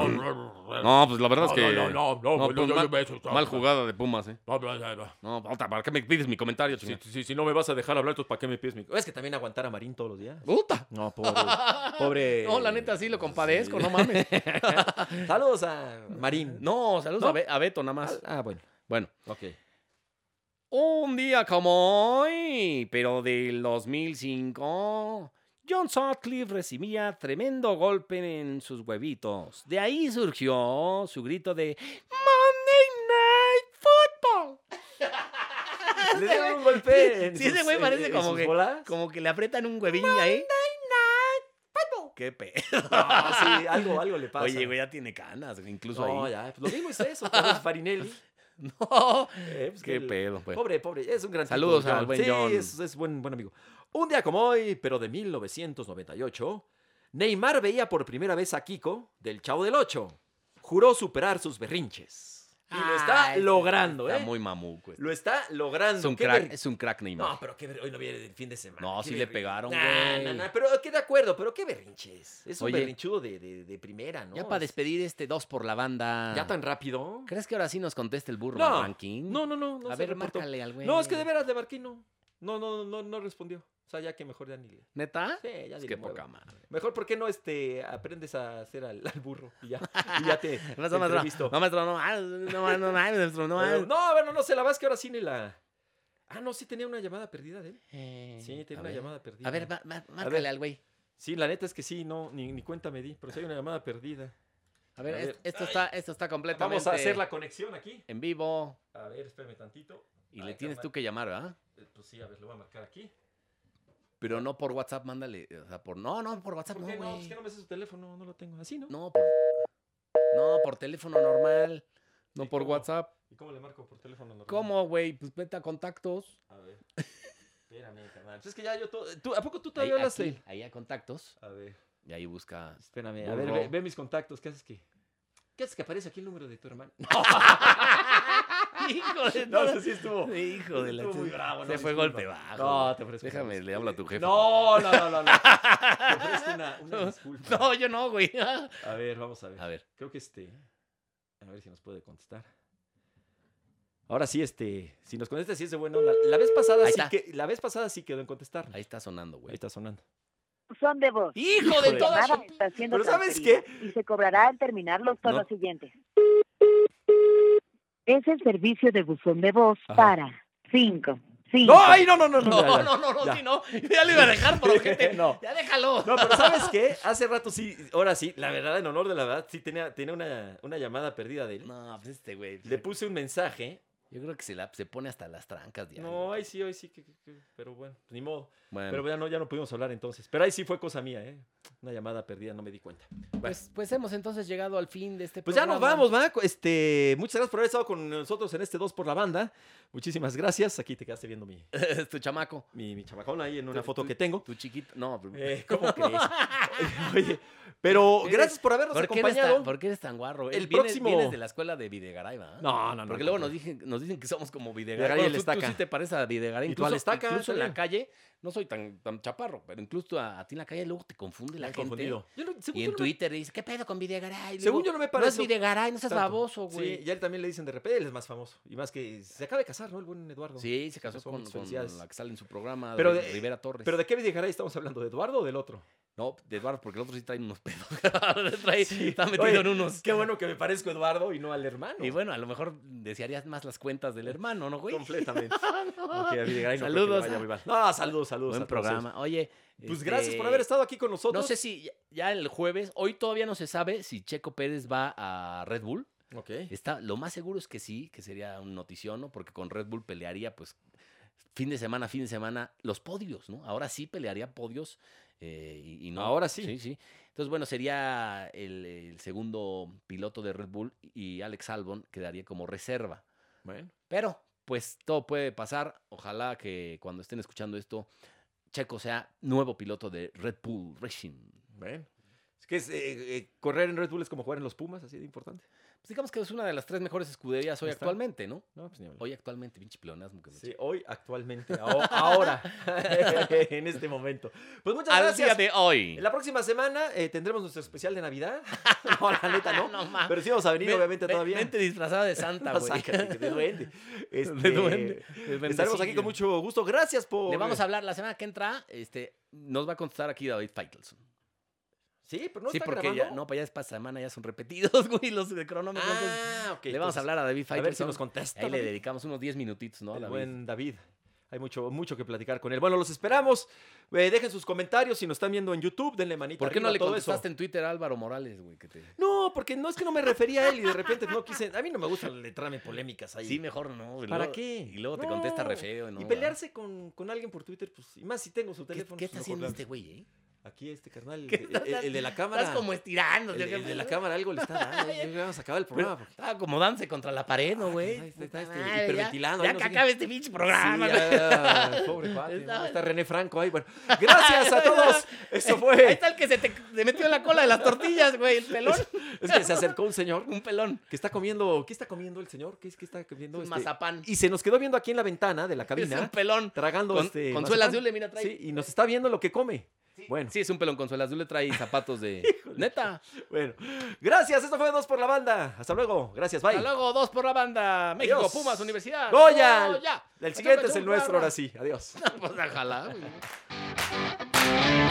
B: No, pues la verdad es que...
C: No, no, no,
B: No,
C: no,
B: pues,
C: no,
B: mal-
C: no, eso está-
B: Mal jugada de Pumas, ¿eh?
C: No, no, no, no.
B: No, puta, ¿para qué me pides mi comentario,
C: Si,
B: chingada?
C: si, si no me vas a dejar hablar, entonces ¿para qué me pides mi...
A: Es que también aguantar a Marín todos los días.
B: ¡Puta!
A: No, *laughs* pobre. pobre.
B: No, la neta, Eh, sí lo compadezco, no *laughs* mames.
A: Saludos a Marín.
B: No, saludos
A: No.
B: A, Be- a Beto nada más.
A: Ah, bueno.
B: Bueno,
A: Ok.
B: un día como hoy, pero del 2005, John Sutcliffe recibía tremendo golpe en sus huevitos. De ahí surgió su grito de Monday Night Football.
A: Le dieron *laughs* un golpe. en
B: Sí, ese
A: sus-
B: güey parece
A: en- en
B: como
A: sus
B: que-
A: bolas.
B: *laughs* Como que le apretan un huevín ahí. Monday Night Football. Qué pe...
A: No, Ah, sí, algo, algo le pasa.
B: Oye, güey, ya tiene canas, güey, incluso
A: No,
B: ahí.
A: ya. pues Lo mismo es eso, tal vez
B: *laughs*
A: Farinelli.
B: No.
A: Eh, pues,
B: Qué
A: el-
B: pedo, pues.
A: Pobre, pobre. Es un gran tipo,
B: Saludos al buen
A: Sí,
B: John.
A: es, es buen, buen amigo. Un día como hoy, pero de 1998, Neymar veía por primera vez a Kiko del Chavo del Ocho. Juró superar sus berrinches. Y lo está
B: Ah, este
A: logrando,
B: Está
A: ¿eh?
B: muy mamuco. este.
A: Lo está logrando.
B: Es un
A: Qué
B: crack,
A: ver-
B: es un crack Neymar.
A: No, pero qué ver- hoy no viene del fin de semana.
B: No,
A: Qué
B: sí le
A: berrin-
B: pegaron,
A: Nah,
B: güey.
A: nah, nah, pero qué de acuerdo, pero qué berrinches. Es un
B: Oye.
A: berrinchudo de, de- de primera, ¿no?
B: ya para
A: Es-
B: despedir este dos por la banda.
A: ¿Ya tan rápido?
B: ¿Crees que ahora sí nos conteste el burro
A: No,
B: ranking?
A: No, no, no. no
B: A
A: se
B: ver,
A: reportó.
B: márcale al güey.
A: No, es que de veras, de Marquino. No, no, no, no respondió. O sea, ya que mejor ya ni le.
B: ¿Neta?
A: Sí, ya
B: Ah. Es
A: ni
B: que
A: le muevo. *laughs*
B: poca madre.
A: Mejor porque no este, aprendes a hacer al, al burro y
B: *laughs*
A: ya, y ya te, te
B: No, maestro,
A: entrevisto.
B: no, maestro, no, ah, no, no, no, maestro, no,
A: Eh,
B: ah.
A: No, bueno, no sé, la vas que ahora sí ni la. Ah, no, sí tenía una llamada perdida de él.
B: Eh,
A: Sí, tenía
B: a
A: una
B: ver.
A: llamada perdida.
B: A ver, ma- ma- márcale al güey.
A: Sí, la neta es que sí, no, ni, ni cuenta me di, pero sí hay una llamada perdida.
B: A ver,
A: A
B: es-
A: ver.
B: esto está esto está completamente
A: Vamos a hacer la conexión aquí.
B: en vivo
A: A ver, espérame tantito.
B: y
A: Ay,
B: le tienes
A: carnal.
B: tú que llamar, ¿verdad?
A: Eh, Pues sí, a ver, lo voy a marcar aquí.
B: Pero no por WhatsApp, mándale, o sea, por no, no, por WhatsApp
A: ¿Por
B: no,
A: qué
B: güey.
A: no? Es que no me sé su teléfono, no lo tengo. Así, ¿no?
B: No, por, no, por teléfono normal. No
A: Sí,
B: por
A: ¿cómo?
B: WhatsApp.
A: ¿Y cómo le marco por teléfono? normal?
B: ¿Cómo, güey? Pues vete a contactos.
A: A
B: *laughs*
A: ver. Espérame, carnal. Pues es que ya yo todo. ¿Tú, ¿A poco tú
B: Ahí,
A: todavía hablas
B: aquí,
A: él?
B: ahí a contactos.
A: A ver.
B: Y
A: *laughs*
B: ahí busca.
A: Espérame. A
B: Burro.
A: ver, ve, ve mis contactos. ¿Qué haces que? ¿Qué haces que aparece aquí el número de tu hermano?
B: Hijo *laughs* de
A: *laughs* No, eso sí estuvo.
B: Hijo de la.
A: Estuvo muy bravo,
B: Se
A: no,
B: fue
A: disculpa.
B: golpe bajo.
A: No,
B: güey.
A: te ofrezco.
B: Ah, Déjame,
A: una
B: le hablo a tu
A: disculpa.
B: jefe.
A: No, no, no, no. no. Te ofrezco una, una disculpa.
B: *laughs* No, yo no, güey. *laughs*
A: A ver, vamos a ver.
B: A ver.
A: Creo que este. A ver si nos puede contestar. Ahora sí, este. Si nos contesta, sí es de bueno. La, la vez pasada
B: Ahí
A: sí
B: está.
A: que. La vez pasada sí quedó en contestar.
B: Ahí está sonando,
A: Ahí
B: güey.
A: está sonando.
D: Son de voz.
B: Hijo de
A: Híjole.
B: todas.
D: Llamada está siendo
A: Pero ¿sabes
D: transferida Y se cobrará al terminar los tonos
B: No.
D: siguientes. Es el servicio de buzón de voz
A: Ajá.
D: para 5, 5.
A: No, ay, no, no, no, no.
B: *laughs* No,
A: ya, ya,
B: no, no, no,
A: ya.
B: sí, no. Ya lo iba a dejar *laughs* por gente.
A: No.
B: Ya déjalo.
A: No, pero ¿sabes qué? Hace rato sí, ahora sí, la verdad, en honor de la verdad, sí tenía, tenía una, una llamada perdida de él.
B: No, pues este, güey.
A: Le puse un mensaje.
B: Yo creo que se, la, se pone hasta las trancas. diario.
A: No, ahí sí, ahí sí, que, que- que- pero bueno, ni modo.
B: Bueno.
A: Pero ya no, ya no pudimos hablar entonces. Pero ahí sí fue cosa mía, ¿eh? Una llamada perdida, no me di cuenta.
B: Pues, pues hemos entonces llegado al fin de este
A: Pues ya nos
B: programa.
A: vamos, ¿va? Este, muchas gracias por haber estado con nosotros en este 2 por la banda. Muchísimas gracias. Aquí te quedaste viendo mi,
B: *laughs* tu chamaco,
A: mi, mi chamacón ahí en una
B: Tu-
A: foto
B: tu-
A: que tengo. *laughs*
B: tu chiquito. No, pero- *laughs*
A: Eh, ¿Cómo crees? Oye, pero
B: Eres-
A: gracias por habernos
B: ¿Por qué, eres
A: acompañado.
B: tan, por qué eres tan guarro? eh?
A: El
B: vienes,
A: próximo-
B: vienes de la escuela de Videgaray, ¿va?
A: No, no, no.
B: Porque luego
A: no.
B: nos, dije- nos dicen que somos como
A: Videgaray
B: Videgaray. Bueno,
A: y la
B: tú- tú
A: estaca.
B: sí te parece a Videgaray.
A: Y tú a la
B: Incluso-
A: estaca
B: Incluso en la
A: también.
B: calle, no soy tan, tan chaparro, pero incluso a, a ti en la calle luego te confunde la
A: Me han
B: gente.
A: confundido. Yo no- según
B: Y
A: yo no
B: en
A: me-
B: Twitter dice, ¿qué pedo con Videgaray?
A: Según
B: Luego,
A: yo no me
B: No es
A: parece
B: Videgaray, no seas
A: tanto.
B: baboso, güey.
A: Sí, y a él también le dicen de repente, él es más famoso. Y más que se acaba de casar, ¿no? El buen Eduardo.
B: Sí, se casó
A: Casó,
B: con,
A: muchas
B: con
A: felicidades.
B: la que sale en su programa,
A: Pero
B: Ri-
A: de-
B: Rivera Torres.
A: ¿Pero de qué Videgaray estamos hablando? ¿De Eduardo o del otro?
B: No, de Eduardo, porque el otro sí trae unos pedos. *laughs* Trae- Está metido
A: Oye,
B: en unos.
A: Qué bueno que me parezco a Eduardo y no al hermano.
B: Y bueno, a lo mejor desearías más las cuentas del hermano, ¿no, güey? *laughs* Ah,
A: completamente. Aunque a Videgaray no creo que le
B: Saludos. Ah.
A: vaya muy mal. No, saludos, saludos.
B: Buen
A: a todos
B: programa. Oye.
A: ellos. Pues
B: este,
A: gracias por haber estado aquí con
B: No
A: nosotros.
B: sé si ya- ya el jueves, hoy todavía no se sabe si Checo Pérez va a Red Bull.
A: Ok.
B: Está, lo más seguro es que sí, que sería un notición, ¿no? Porque con Red Bull pelearía, pues, fin de semana, fin de semana, los podios, ¿no? Ahora sí pelearía podios eh, y, y no.
A: Ahora sí.
B: Sí, sí. Entonces, bueno, sería el, el segundo piloto de Red Bull y Alex Albon quedaría como reserva.
A: Bueno.
B: Pero, pues, todo puede pasar. Ojalá que cuando estén escuchando esto, Checo sea nuevo piloto de Red Bull Racing.
A: Bueno. Es que es, eh, eh, correr en Red Bull es como jugar en los Pumas, así de importante.
B: Pues digamos que es una de las tres mejores escuderías hoy
A: Ahí está.
B: actualmente, ¿no?
A: No, pues ni hablar.
B: Hoy actualmente, pinche pleonasmo que me
A: Sí, hoy, actualmente, aho- ahora, *laughs* en este momento. Pues muchas
B: al
A: gracias.
B: día de hoy.
A: La próxima semana eh, tendremos nuestro especial de Navidad. *laughs* No, la neta, ¿no?
B: Ah, *laughs* No mames.
A: Pero sí vamos a venir,
B: Ven-
A: obviamente,
B: ven-
A: todavía. *laughs*
B: Vente disfrazada de Santa,
A: No,
B: güey.
A: sácate,
B: *laughs*
A: que de duende. Este,
B: De duende.
A: Estaremos aquí con mucho gusto. Gracias por.
B: Le vamos a hablar la semana que entra, este, nos va a contestar aquí David Feitelson.
A: Sí, pero no
B: sí,
A: está
B: porque
A: grabando.
B: ya, no, para ya es para semana, ya son repetidos, *laughs* güey, los de cronómetros. entonces,
A: Ah, ok.
B: le vamos
A: entonces,
B: a hablar a
A: A ver
B: David
A: si
B: Feitelson.
A: nos contesta.
B: Ahí le
A: David.
B: dedicamos unos 10 minutitos, ¿no? a
A: El
B: David?
A: buen David. Hay mucho, mucho que platicar con él. Bueno, los esperamos. Eh, dejen sus comentarios. Si nos están viendo en YouTube, denle manita.
B: ¿Por qué no
A: arriba,
B: le
A: todo
B: contestaste
A: eso.
B: en Twitter a Álvaro Morales, güey? Que te...
A: No, porque no es que no me refería a él y de repente no quise. A mí no me gusta el letrarme polémicas ahí.
B: Sí, mejor no. güey,
A: ¿Para
B: luego-
A: qué?
B: Y luego te
A: No.
B: contesta re feo. ¿no?
A: y pelearse con, con alguien por Twitter, pues, y más si tengo su
B: ¿Qué,
A: teléfono.
B: qué
A: pues,
B: está
A: mejor
B: haciendo
A: le
B: este
A: hablo.
B: güey, eh?
A: Aquí este carnal, el,
B: ¿Qué
A: el-
B: estás-
A: el de la
B: Estás
A: cámara.
B: como estirando.
A: El, el de la cámara algo le *laughs* está dando. eh, ya Vamos a acabar el programa. porque-
B: Estaba acomodándose Ah, contra la pared, ¿no, güey?
A: Ay, está- está
B: Puta
A: este
B: madre,
A: hiperventilando,
B: Ya,
A: ahí
B: ya
A: no
B: que
A: sé qué.
B: acabe este pinche programa,
A: Sí,
B: güey.
A: *laughs* ya, pobre cuate,
B: Está-
A: ¿no? Está René Franco ahí. Bueno, *laughs* gracias a todos. Eso fue.
B: Ahí está el que se te te metió en la cola de las tortillas, güey. El
A: *laughs*
B: pelón.
A: Es que se acercó un señor
B: Un pelón.
A: que está comiendo. ¿Qué está comiendo el señor? ¿Qué es que está comiendo?
B: Un
A: este?
B: mazapán.
A: Y se nos quedó viendo aquí en la ventana de la
B: Es un
A: cabina,
B: pelón.
A: tragando
B: Con-
A: este.
B: Consuelas
A: mazapán.
B: Dule, mira, trae.
A: Sí, y nos está viendo lo que come. Bueno,
B: Sí, es un pelón. Consuelas Dule trae
A: *laughs*
B: zapatos de... Neta.
A: bueno. Gracias, esto fue Dos por la Banda. Hasta luego. Gracias, bye.
B: Hasta luego, dos por la banda. México,
A: Adiós.
B: Pumas, Universidad.
A: Goya.
B: Goya.
A: El siguiente es el
B: *laughs* Pachuca, Pues,
A: nuestro, ahora
B: Churra.
A: sí. Adiós.
B: Pues ojalá, güey.